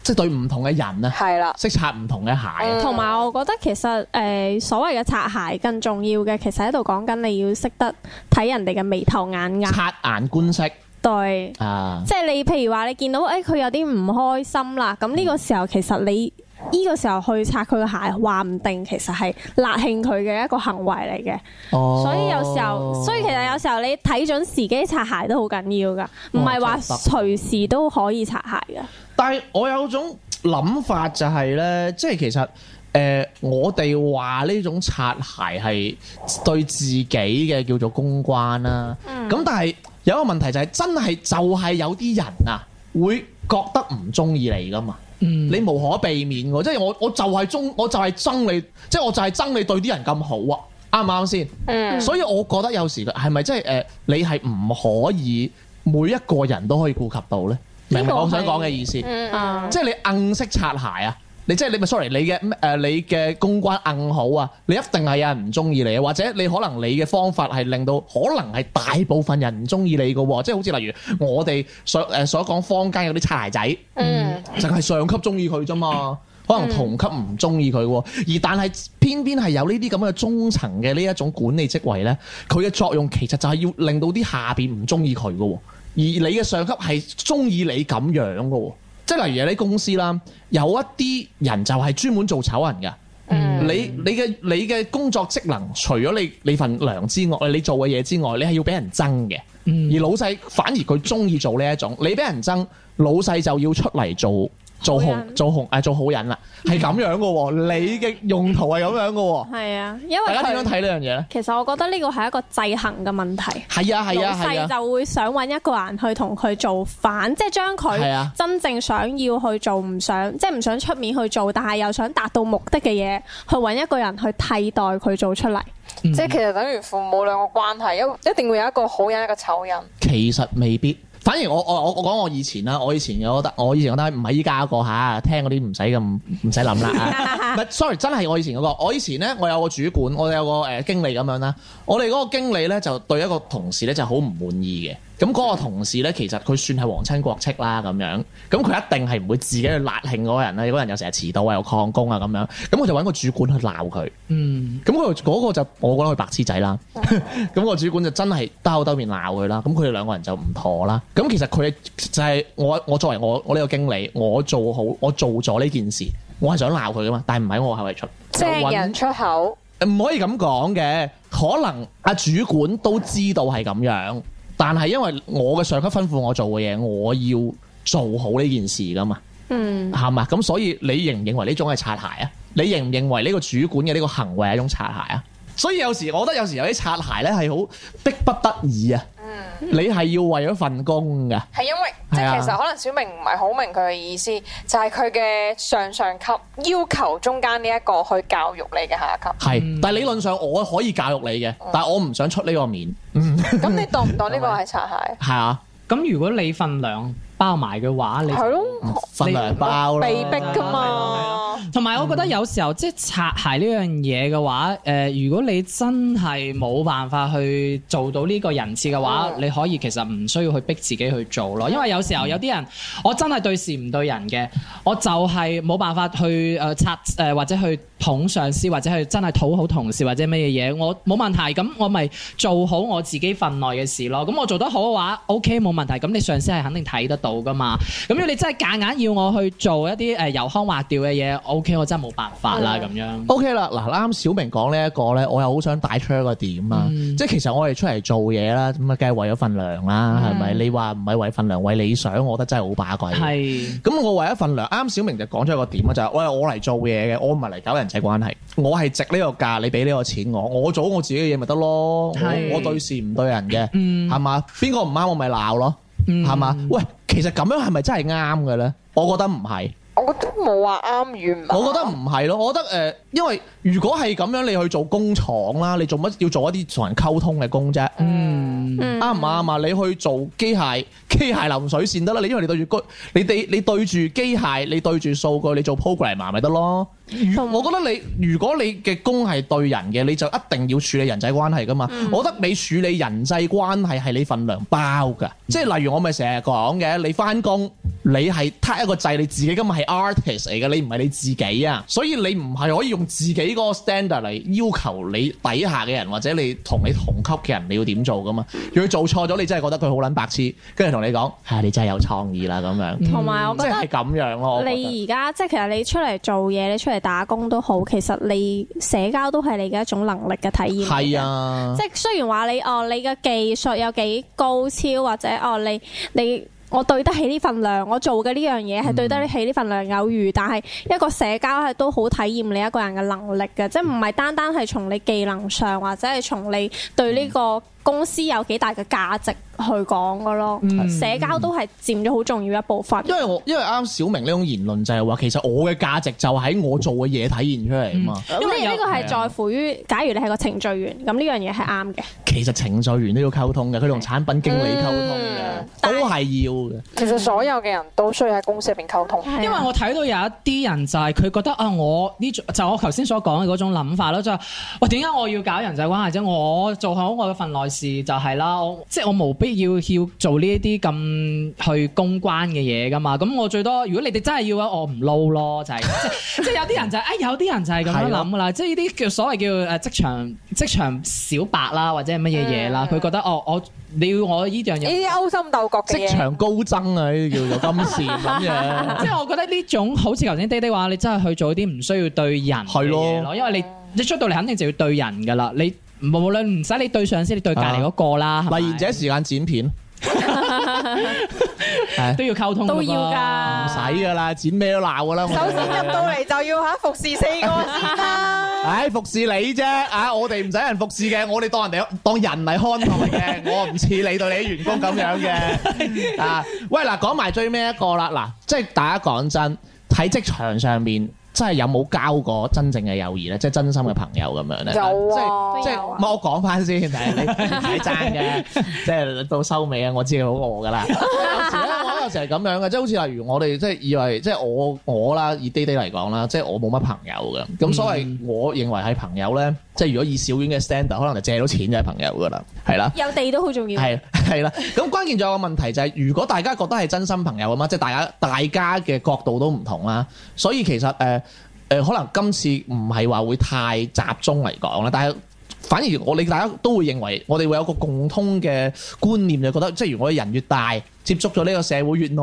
S1: 即係對唔同嘅人啊，
S3: 係啦，
S1: 識擦唔同嘅鞋啊。
S4: 嗯同埋我覺得其實誒、呃所謂嘅擦鞋更重要嘅，其實喺度講緊你要識得睇人哋嘅眉頭眼額，
S1: 察眼觀色
S4: 對，
S1: 啊，
S4: 即係你譬如話你見到誒佢、有啲唔開心啦，咁呢個時候其實你。呢個時候去擦佢嘅鞋，話唔定其實係辣興佢嘅一個行為嚟嘅，
S1: 哦
S4: 所以有時候，所以其實有時候你睇準時機擦鞋都好緊要噶，唔係話隨時都可以擦鞋噶。
S1: 但係我有種諗法就係咧，即係其實誒、呃我哋話呢種擦鞋係對自己嘅叫做公關啦、咁、但係有一個問題就係、真係就係有啲人啊，會覺得唔中意你噶嘛。
S2: 嗯
S1: 你無可避免喎，即係我我就係中，我就係憎你，即係我就係憎你對啲人咁好啊，啱唔啱先？
S3: 嗯，
S1: 所以我覺得有時係咪即係誒，你係唔可以每一個人都可以顧及到咧？明唔明我想講嘅意思？
S3: 嗯，
S1: 即係你硬式擦鞋啊！你即係你咪 sorry，你嘅誒、你嘅公關硬好啊，你一定係有人唔中意你，或者你可能你嘅方法係令到可能係大部分人唔中意你嘅喎，即係好似例如我哋所誒、所講坊間有啲擦鞋仔，
S3: 嗯，
S1: 就係上級中意佢啫嘛。可能同級唔中意佢喎，而但係偏偏係有呢啲咁嘅中層嘅呢一種管理職位咧，佢嘅作用其實就係要令到啲下邊唔中意佢嘅喎，而你嘅上級係中意你咁樣嘅喎，即係例如你公司啦，有一啲人就係專門做醜人嘅。
S3: 嗯
S4: 嗯
S1: 你你嘅你嘅工作職能，除咗你你份糧之外，你做嘅嘢之外，你係要俾人憎嘅。
S4: 嗯
S1: 而老細反而佢中意做呢一種，你俾人憎，老細就要出嚟做做
S4: 好
S1: 紅
S4: 人嗯
S1: 做紅誒、做好人啦，係咁樣嘅喎。你嘅用途係咁樣嘅喎。
S4: 係啊，因為
S1: 大家點樣
S4: 佢
S1: 睇呢樣嘢咧？
S4: 其實我覺得呢個係一個制衡嘅問題。
S1: 係啊係啊係
S4: 老細
S1: 啊，
S4: 就會想揾一個人去同佢做反，即係將
S1: 係啊
S4: 佢真正想要去做，唔想即係唔想出面去做，但係又想達到目的嘅嘢，去揾一個人去替代佢做出嚟。
S1: 嗯
S3: 即係其實等於父母兩個關係，一一定會有一個好人一個醜人。
S1: 其實未必。反而我我我我講我以前啦，我以前有覺得我以前覺得唔係依家嗰個嚇，聽嗰啲唔使咁唔使諗啦啊。唔係，sorry，真係我以前嗰、個。我以前咧，我有個主管，我有個誒、經理咁樣啦。我哋嗰個經理咧就對一個同事咧就好唔滿意嘅。咁嗰個同事咧，其實佢算係皇親國戚啦咁樣。咁佢一定係唔會自己去辣興嗰個人啦。嗰個人又成日遲到啊，又曠工啊咁樣。咁我就揾個主管去鬧佢。
S2: 嗯，
S1: 咁佢嗰個就我覺得佢白痴仔啦。
S3: 哦
S1: <laughs> 咁個主管就真係兜口兜面鬧佢啦。咁佢哋兩個人就唔妥啦。咁其實佢就係我我作為我我呢個經理，我做好我做咗呢件事，我係想鬧佢噶嘛，但係唔喺我口位出。
S3: 正人出口，
S1: 唔可以咁講嘅，可能阿主管都知道係咁樣，但係因為我嘅上級吩咐我做嘅嘢，我要做好呢件事噶嘛。
S4: 嗯，
S1: 係嘛？咁所以你認唔認為呢種係擦鞋啊？你認唔認為呢個主管嘅呢個行為係一種擦鞋啊？所以有時我覺得有時有啲擦鞋咧係好逼不得已啊！你係要為咗份工噶，
S3: 係因為
S1: 係
S3: 即
S1: 啊
S3: 係其實可能小明唔係好明佢嘅意思，就係佢嘅上上級要求中間呢一個去教育你嘅下一級。
S1: 係。但係理論上我可以教育你嘅，但係我唔想出呢個面。嗯，
S3: 咁你當唔當呢個係擦鞋？
S1: 係啊，
S2: 咁如果你份糧包埋嘅話，你
S3: 係咯，
S1: 份糧包啦。
S3: 被逼噶嘛。
S2: 同埋我覺得有時候即係擦鞋呢樣嘢嘅話，誒、如果你真係冇辦法去做到呢個人設嘅話，
S3: 嗯
S2: 你可以其實唔需要去逼自己去做咯，因為有時候有啲人我真係對事唔對人嘅，我就係冇辦法去誒擦誒或者去捧上司或者去真係討好同事或者乜嘢嘢，我冇問題，咁我咪做好我自己份內嘅事咯。咁我做得好嘅話，OK 冇問題，咁你上司係肯定睇得到噶嘛。咁如果你真係夾硬要我去做一啲誒呃油腔滑調嘅嘢，OK 我真係冇辦法啦咁樣。
S1: O K 啦，嗱啱小明講呢一個咧，我又好想帶出一個點啊，
S2: 嗯
S1: 即係其實我哋出嚟做嘢啦，咁啊梗係為咗份糧
S2: 嗯
S1: 啦，係咪？你話唔係為份糧，為理想，我覺得真係好把鬼。
S2: 係
S1: 咁我為一份糧，啱小明就講咗一個點啊，就係、喂我嚟做嘢嘅，我唔係嚟搞人際關係，我係值呢個價，你俾呢個錢我，我做好我自己嘅嘢咪得咯，我
S2: 係嗯
S1: 我對事唔對人嘅，係嘛、邊個唔啱我咪鬧咯，係嘛、喂，其實咁樣係咪真係啱嘅咧？我覺得唔係，
S3: 我都冇話啱與唔啱。
S1: 我覺得唔係咯，我覺得誒、呃因為如果係咁樣，你去做工廠啦，你做乜要做一啲同人溝通嘅工啫？
S2: 嗯，
S1: 啱唔啱啊？你去做機械機械流水線得啦，你因為你對住個你對你對住機械，你對住數據，你做 program 咪得咯。如我覺得你如果你嘅工係對人嘅，你就一定要處理人際關係噶嘛。我覺得你處理人際關係係你份糧包噶，即係例如我咪成日講嘅，你翻工你係撻一個掣，你自己今日係 artist 嚟嘅，你唔係你自己啊，所以你唔係可以用自己嗰個 standard 嚟要求你底下嘅人或者你同你同級嘅人你要點做噶嘛。如果佢做錯咗，你真係覺得佢好撚白痴，跟住同你講，係、你真係有創意啦咁樣，
S4: 同埋我
S1: 嗯即
S4: 覺得
S1: 係咁樣咯。我覺得
S4: 你而家即係其實你出嚟做嘢，你出嚟打工都好，其實你社交都係你嘅一種能力嘅體驗。
S1: 係。啊，
S4: 即係雖然話你哦，你嘅技術有幾高超，或者哦，你你我對得起呢份糧，我做嘅呢樣嘢係對得起呢份糧有餘，但係一個社交係都好體驗你一個人嘅能力嘅，即係唔係單單係從你技能上，或者係從你對呢個公司有幾大嘅價值去講嘅咯。
S1: 嗯
S4: 社交都係佔咗好重要一部分。
S1: 因為我因為啱小明呢種言論就係話，其實我嘅價值就喺我做嘅嘢體現出嚟啊嘛。
S4: 因為呢個係在乎於，假如你係個程序員，咁呢樣嘢係啱嘅。
S1: 其實程序員都要溝通嘅，佢同產品經理溝通嘅，都係要嘅。
S3: 其實所有嘅人都需要喺公司入邊溝
S4: 啊
S3: 通，
S2: 因為我睇到有一啲人就係佢覺得啊，我呢種就我頭先所講嘅嗰種諗法咯，就係喂點解我要搞人際關係啫？我做好我嘅份內事就係啦，我即係我無必要要做呢一啲咁去公關嘅嘢噶嘛。咁我最多如果你哋真係要嘅，啊我唔撈咯，就係、即係即係有啲人就係、哎有啲人就係咁樣諗噶啦，即係呢啲叫所謂叫誒呃職場職場小白啦，或者係乜嘢嘢啦，佢、覺得哦我你要我呢樣
S3: 呢
S2: 嘢。
S3: 啲勾心鬥角嘅
S1: 職
S3: 嘢。
S1: 場高增啊，呢啲叫做金線咁
S2: <laughs>
S1: 樣。
S2: 即係我覺得呢種好似頭先爹爹話，你真係去做啲唔需要對人嘅
S1: 係咯
S2: 嘢咯，因為你你出到嚟肯定就要對人噶啦，你無論唔使你對上司，你對隔離嗰個啦，係咪
S1: 例言者時間剪片， <laughs> 係
S2: 都要溝通㗎噃
S4: 都要㗎
S1: 唔使噶啦，剪咩都鬧噶啦。
S3: 首先入到嚟就要嚇服侍四個先啦。
S1: <laughs> 唉，服侍你啫，啊，我哋唔使人服侍嘅，我哋當人哋當人嚟看待嘅，
S3: <laughs>
S1: 我唔似你對你啲員工咁樣嘅，啊，喂，嗱，講埋最尾一個啦，嗱，即係大家講真，喺職場上面。真係有冇交過真正嘅友誼咧？即係真心嘅朋友咁樣咧？
S3: 有
S1: 即
S3: 啊
S1: 係即係，唔係我講翻先，但係你唔使爭
S3: <laughs>
S1: 嘅，即係到收尾啊！我知你好餓噶啦。有時咧，我有時係咁樣嘅，即係好似例如我哋即係以為，即係我我啦，以滴滴嚟講啦，即係我冇乜朋友嘅。咁所謂我認為係朋友咧，即係如果以小丸嘅 standard，可能就借到錢就係朋友噶啦，係啦。
S4: 有地都好重要。
S1: 係係啦，咁關鍵仲有個問題就係、如果大家覺得係真心朋友啊嘛，即係大家大家嘅角度都唔同啦，所以其實誒誒、呃呃可能今次唔係話會太集中嚟講啦，但係。反而我哋大家都會認為，我哋會有個共通嘅觀念，就覺得即係如果人越大，接觸咗呢個社會越耐，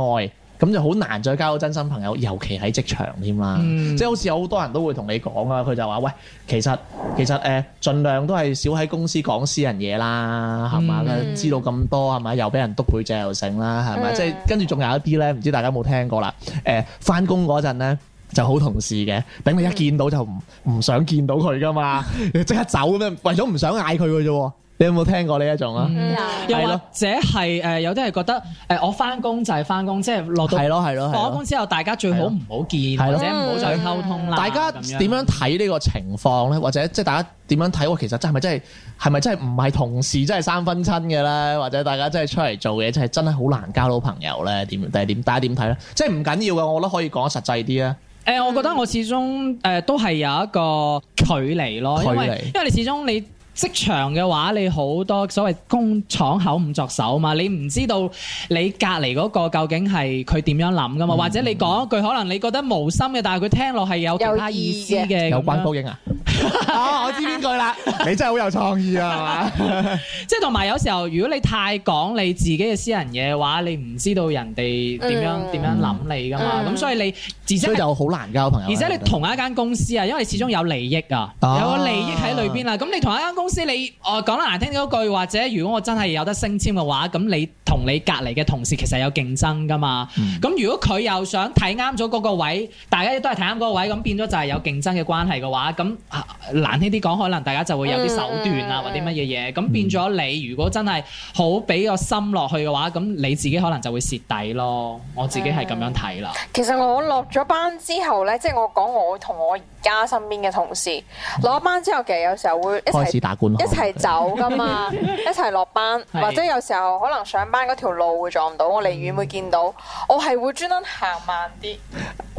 S1: 咁就好難再交到真心朋友，尤其喺職場添啦。
S2: 嗯
S1: 即係好似有好多人都會同你講啊，佢就話：喂，其實其實誒、呃，盡量都係少喺公司講私人嘢啦，係嘛？
S2: 嗯
S1: 知道咁多係咪？又俾人督背脊又成啦，係咪？
S3: 嗯
S1: 即係跟住仲有一啲咧，唔知大家有冇聽過啦？誒、翻工嗰陣咧。就好同事嘅，等你一見到就唔唔想見到佢噶嘛， <laughs> 你即刻走咁樣，為咗唔想嗌佢嘅啫喎。你有冇聽過呢一種
S2: 嗯
S1: 啊？
S2: 又
S1: 係
S2: 或
S1: 咯
S2: 者係誒有啲係覺得誒我翻工就係翻工，即係落到
S1: 係咯係咯係
S2: 放咗
S1: 咯
S2: 工。之後，大家最好唔好見
S1: 係
S2: 或
S1: 咯
S2: 者唔好再溝通啦。
S1: 大家
S2: 咁樣
S1: 點樣睇呢個情況咧？或者即係大家點樣睇？我其實真係咪真係係咪真係唔係同事，真係三分親嘅咧？或者大家真係出嚟做嘢，真係真係好難交到朋友咧？點定係點？大家點睇咧？即係唔緊要嘅，我覺得可以講實際啲啊。
S2: 誒、我覺得我始終誒、都係有一個距離咯，因為
S1: 距離
S2: 因為你始終你職場嘅話，你好多所謂工廠口唔作手嘛，你唔知道你隔離嗰個究竟係佢點樣諗噶
S1: 嗯
S2: 嘛，或者你講一句可能你覺得無心嘅，但係佢聽落係有其他意思嘅，
S1: 有
S2: 咁樣哦
S1: 關高英
S2: <laughs>
S1: 啊？啊，我知邊句啦！ <laughs> 你真係好有創意啊！係嘛
S2: 即係同埋有時候，如果你太講你自己嘅私人嘢嘅話，你唔知道人哋點樣
S3: 嗯
S2: 點、樣諗你噶嘛，咁、
S3: 嗯
S2: 所以你自己
S1: 所以就好難交朋友。
S2: 而且你同一間公司啊，因為始終有利益啊，
S1: 啊
S2: 有個利益喺裏邊啦。咁你同一間公司，你我講得難聽啲嗰句，或者如果我真係有得升遷嘅話，咁你同你隔離嘅同事其實有競爭噶嘛。咁、如果佢又想睇啱咗嗰個位，大家都係睇啱嗰個位，咁變咗就係有競爭嘅關係嘅話，咁啊難聽啲講，可能大家就會有啲手段啊，或者乜嘢嘢。咁變咗你如果真係好俾個心落去嘅話，咁你自己可能就會蝕底咯。我自己係咁樣睇啦。
S3: 其實我落咗班之後呢，即係我講我同我而家身邊嘅同事落咗班之後，其實有時候會一
S1: 開始
S3: 齊
S1: 打官腔
S3: 一齊走
S1: <laughs>
S3: 噶嘛，一齊落班，
S2: 係
S3: 或者有時候可能上班嗰條路會撞到，我離遠會見到，我係會專登行慢啲，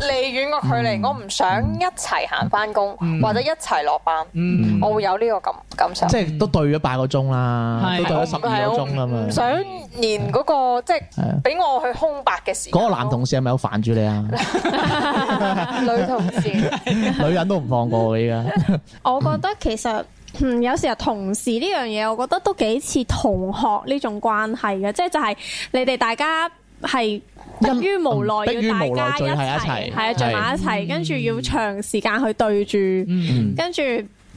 S3: 離遠個距
S1: 嗯
S3: 離，我唔想一齊行翻工
S2: 嗯
S3: 或者一齊落班，
S2: 嗯
S3: 我會有呢個感感受
S1: 即。係都對咗八個鐘啦，
S2: 係
S1: 都對咗十
S3: 係
S1: 二個
S3: 我
S1: 鐘啦啊嘛
S3: 唔。想連嗰個即係
S1: 係啊
S3: 俾我去空白嘅時間
S1: 嗰
S3: 咯。
S1: 個男同事係咪有煩住你啊？
S3: <laughs> 女同事。
S1: <laughs> 女人都唔放過你㗎。
S4: 我覺得其實。嗯，有時候同事呢樣嘢，我覺得都幾似同學呢種關係嘅，即係就係你哋大家係迫於無奈
S1: 因
S4: 要
S1: 嗯
S4: 大家
S1: 迫於無奈聚喺一齊
S4: 齊，係啊，聚埋一齊，跟住要長時間去對住，
S2: 嗯
S4: 跟住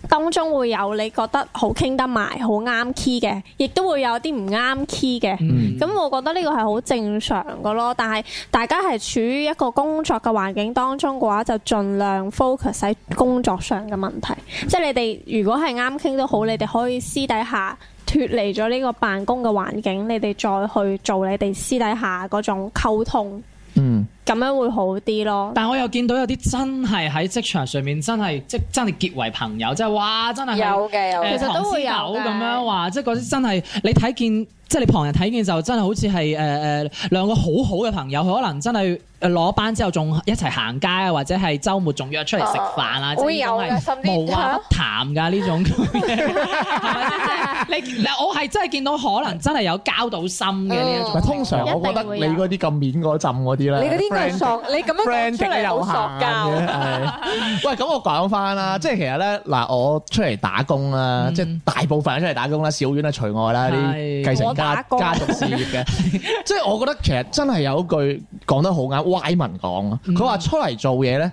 S4: 當中會有你覺得好傾得埋、好啱 key 嘅，亦都會有啲唔啱 key 嘅。
S2: 嗯
S4: 咁我覺得呢個係好正常噶咯，但係大家係處於一個工作嘅環境當中嘅話，就盡量 focus 喺工作上嘅問題。即係你哋如果係啱傾都好，你哋可以私底下。脱離咗呢個辦公嘅環境，你哋再去做你哋私底下嗰種溝通，
S1: 嗯，
S4: 咁樣會好啲咯。
S2: 但我又見到有啲真係喺職場上面真係即真係結為朋友，即係哇真係
S3: 有嘅有嘅
S2: 誒
S3: 其實都會有嘅
S2: 唐詩九咁樣話，即係嗰啲真係你睇見，即係你旁人睇見就真係好似係誒誒兩個好好嘅朋友，佢可能真係誒攞班之後仲一齊行街啊，或者係週末仲約出嚟食飯啊，
S3: 哦
S2: 即係
S3: 會有嘅
S2: 呢種
S3: 甚
S2: 係
S3: 至
S2: 無話不談㗎呢
S3: <laughs>
S2: 種。係咪先即係你嗱我係真係見到可能真係有交到心嘅呢一種。
S1: 唔係通常我覺得你嗰啲咁面嗰陣嗰啲咧，
S3: 你嗰啲叫
S1: friend
S3: 索，你咁樣
S1: friend
S3: 講出
S1: 極
S3: 嚟
S1: 有
S3: 好啊
S1: 限
S3: 索
S1: 嘅
S3: 㗎。
S1: 係喂，咁我講翻啦，即係其實咧嗱，我出嚟打工啦，即係大部分人出嚟打工啦，小院啊除外啦，啲
S2: 係
S1: 繼承
S4: 我
S1: 家
S4: 打工
S1: 家族事業嘅，即係我覺得其實真係有一句講得好啱，歪文講啊，佢話出嚟做嘢咧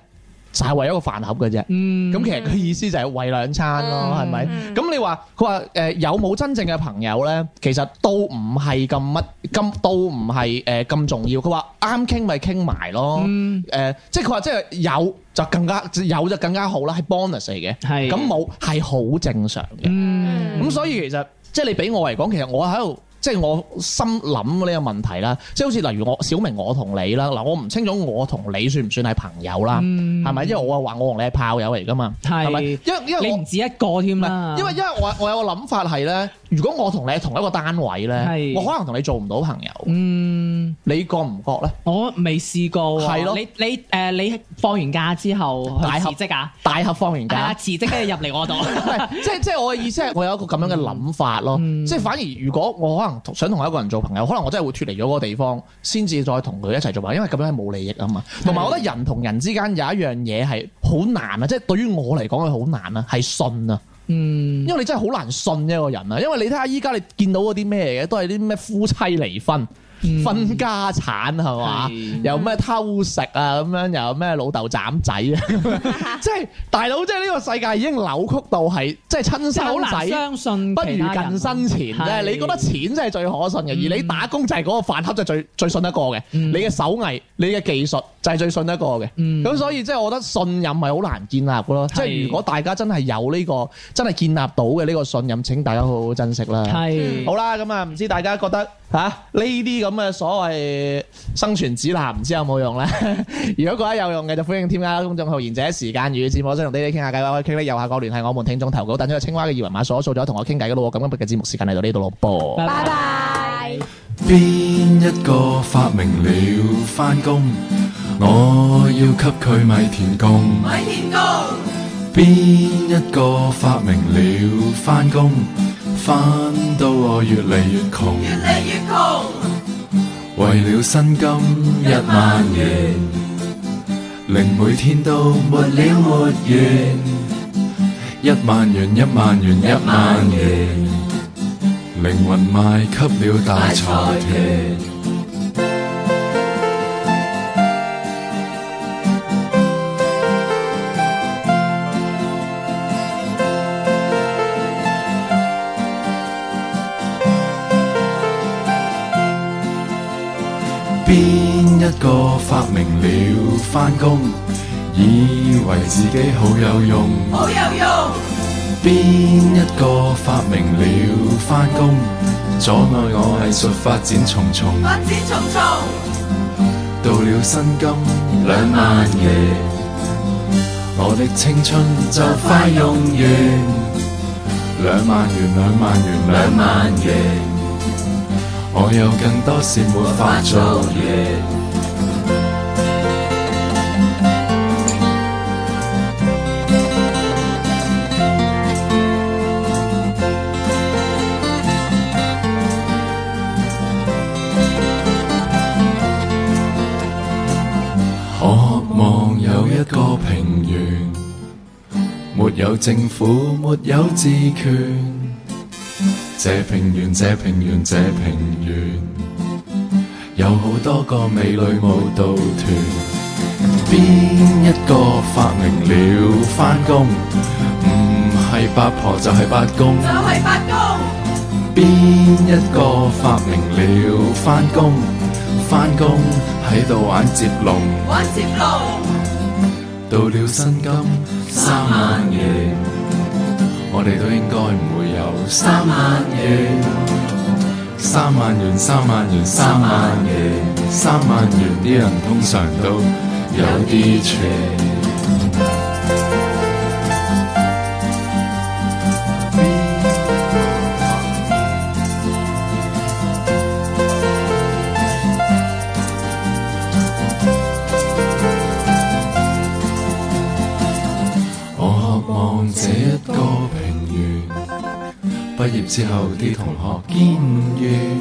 S1: 就係為一個飯盒嘅啫。
S2: 嗯
S1: 咁其實佢意思就係為兩餐咯，係咪？咁你話佢話誒有冇真正嘅朋友咧？其實都唔係咁乜，咁都唔係誒咁重要。佢話啱傾咪傾埋咯，
S2: 嗯
S1: 誒即係佢話即係有就更加有就更加好啦，係 bonus 嚟嘅。
S2: 係
S1: 咁冇係好正常嘅。
S2: 嗯
S1: 咁所以其實即係你俾我嚟講，其實我喺度。即係我心諗呢個問題啦，即係好似例如我小明我同你啦，嗱我唔清楚我同你算唔算係朋友啦，
S2: 嗯
S1: 係咪？因為我話我同你係炮友嚟噶嘛，
S2: 係
S1: 係咪？因為因為
S2: 你
S1: 我
S2: 唔止啊一個添
S1: 唔
S2: 啦
S1: 係，，因為因為我我有個諗法係咧，如果我同你係同一個單位咧，
S2: 係
S1: 我可能同你做唔到朋友，
S2: 嗯。
S1: 你覺唔覺咧？
S2: 我未試過喎，
S1: 係咯
S2: 你你誒、你放完假之後
S1: 大
S2: 去
S1: 合
S2: 辭職啊？
S1: 大合方言
S2: 係啊，
S1: 家。
S2: 辭職跟住入嚟我度，
S1: <laughs> 即係即係我嘅意思係，我有一個咁樣嘅諗法咯。
S2: 嗯
S1: 即係反而如果我可能同想同一個人做朋友，可能我真係會脱離咗嗰個地方，先至再同佢一齊做朋友，因為咁樣係冇利益啊嘛。同埋我覺得人同人之間有一樣嘢係好難啊，即係對於我嚟講係好難啊，係信啊。
S2: 嗯，
S1: 因為你真係好難信一個人啊，因為你睇下依家你見到嗰啲咩嘅，都係啲咩夫妻離婚。
S2: 嗯
S1: 分家產係嘛
S2: 係，
S1: 又咩偷食啊咁樣，又咩老豆斬仔啊咁樣，
S2: <laughs>
S1: 即係大佬，即係呢個世界已經扭曲到係，即係親
S2: 即係好難
S1: 生仔
S2: 相信
S1: 不如
S2: 其他人啊
S1: 近身前即係
S2: 係
S1: 你覺得錢真係最可信嘅，而你
S2: 嗯
S1: 打工就係嗰個飯盒就最最信得過嘅，
S2: 嗯
S1: 你嘅手藝、你嘅技術就係最信得過嘅。
S2: 嗯
S1: 咁所以即係我覺得信任係好難建立嘅咯。即係
S2: 係
S1: 如果大家真係有呢個真係建立到嘅呢個信任，請大家好好珍惜啦。
S2: 係
S1: 好啦，咁啊，唔知大家覺得吓呢啲咁嘅所謂生存指南，唔知有冇用咧？如果覺得有用嘅，就歡迎添加公眾號《賢者時間與節目》，想同爹哋傾下偈，可以傾咧右下角聯繫我們聽眾投稿，等咗個青蛙嘅二維碼掃一掃咗，同我傾偈嘅咯喎。咁今日嘅節目時間嚟到呢度咯噃。
S2: 拜
S4: 拜拜。
S12: 邊一個發明了返工？我要給佢米田共。米田共。邊一個發明了返工？返到我越嚟越窮。越嚟越窮。為了薪金一萬元，令每天都沒了沒完。一萬元，一萬元，一萬元。靈魂賣給了大財團。邊一個發明了返工，以為自己好有用？好有用。邊一個發明了返工，阻礙我藝術發展重重。發展重重。到了薪金兩萬元，我的青春就快用完。兩萬元，兩萬元，兩萬元。我有更多事沒法做完。渴望有一個平原，沒有政府，沒有治權。這平原，這平原，這平原，有好多個美女舞蹈團。邊一個發明了返工？唔係八婆就係八公。就係八公。邊一個發明了返工？返工喺度玩接龍。玩接龍。到了薪金三萬元。我哋都應該唔會有三萬元。三萬元，三萬元，三萬元，三萬元啲人通常都有啲邪。我渴望這一個平原，畢業之後啲同學見面，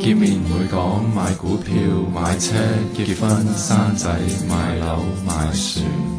S12: 見面唔會講買股票、買車、結婚、生仔、買樓、買船。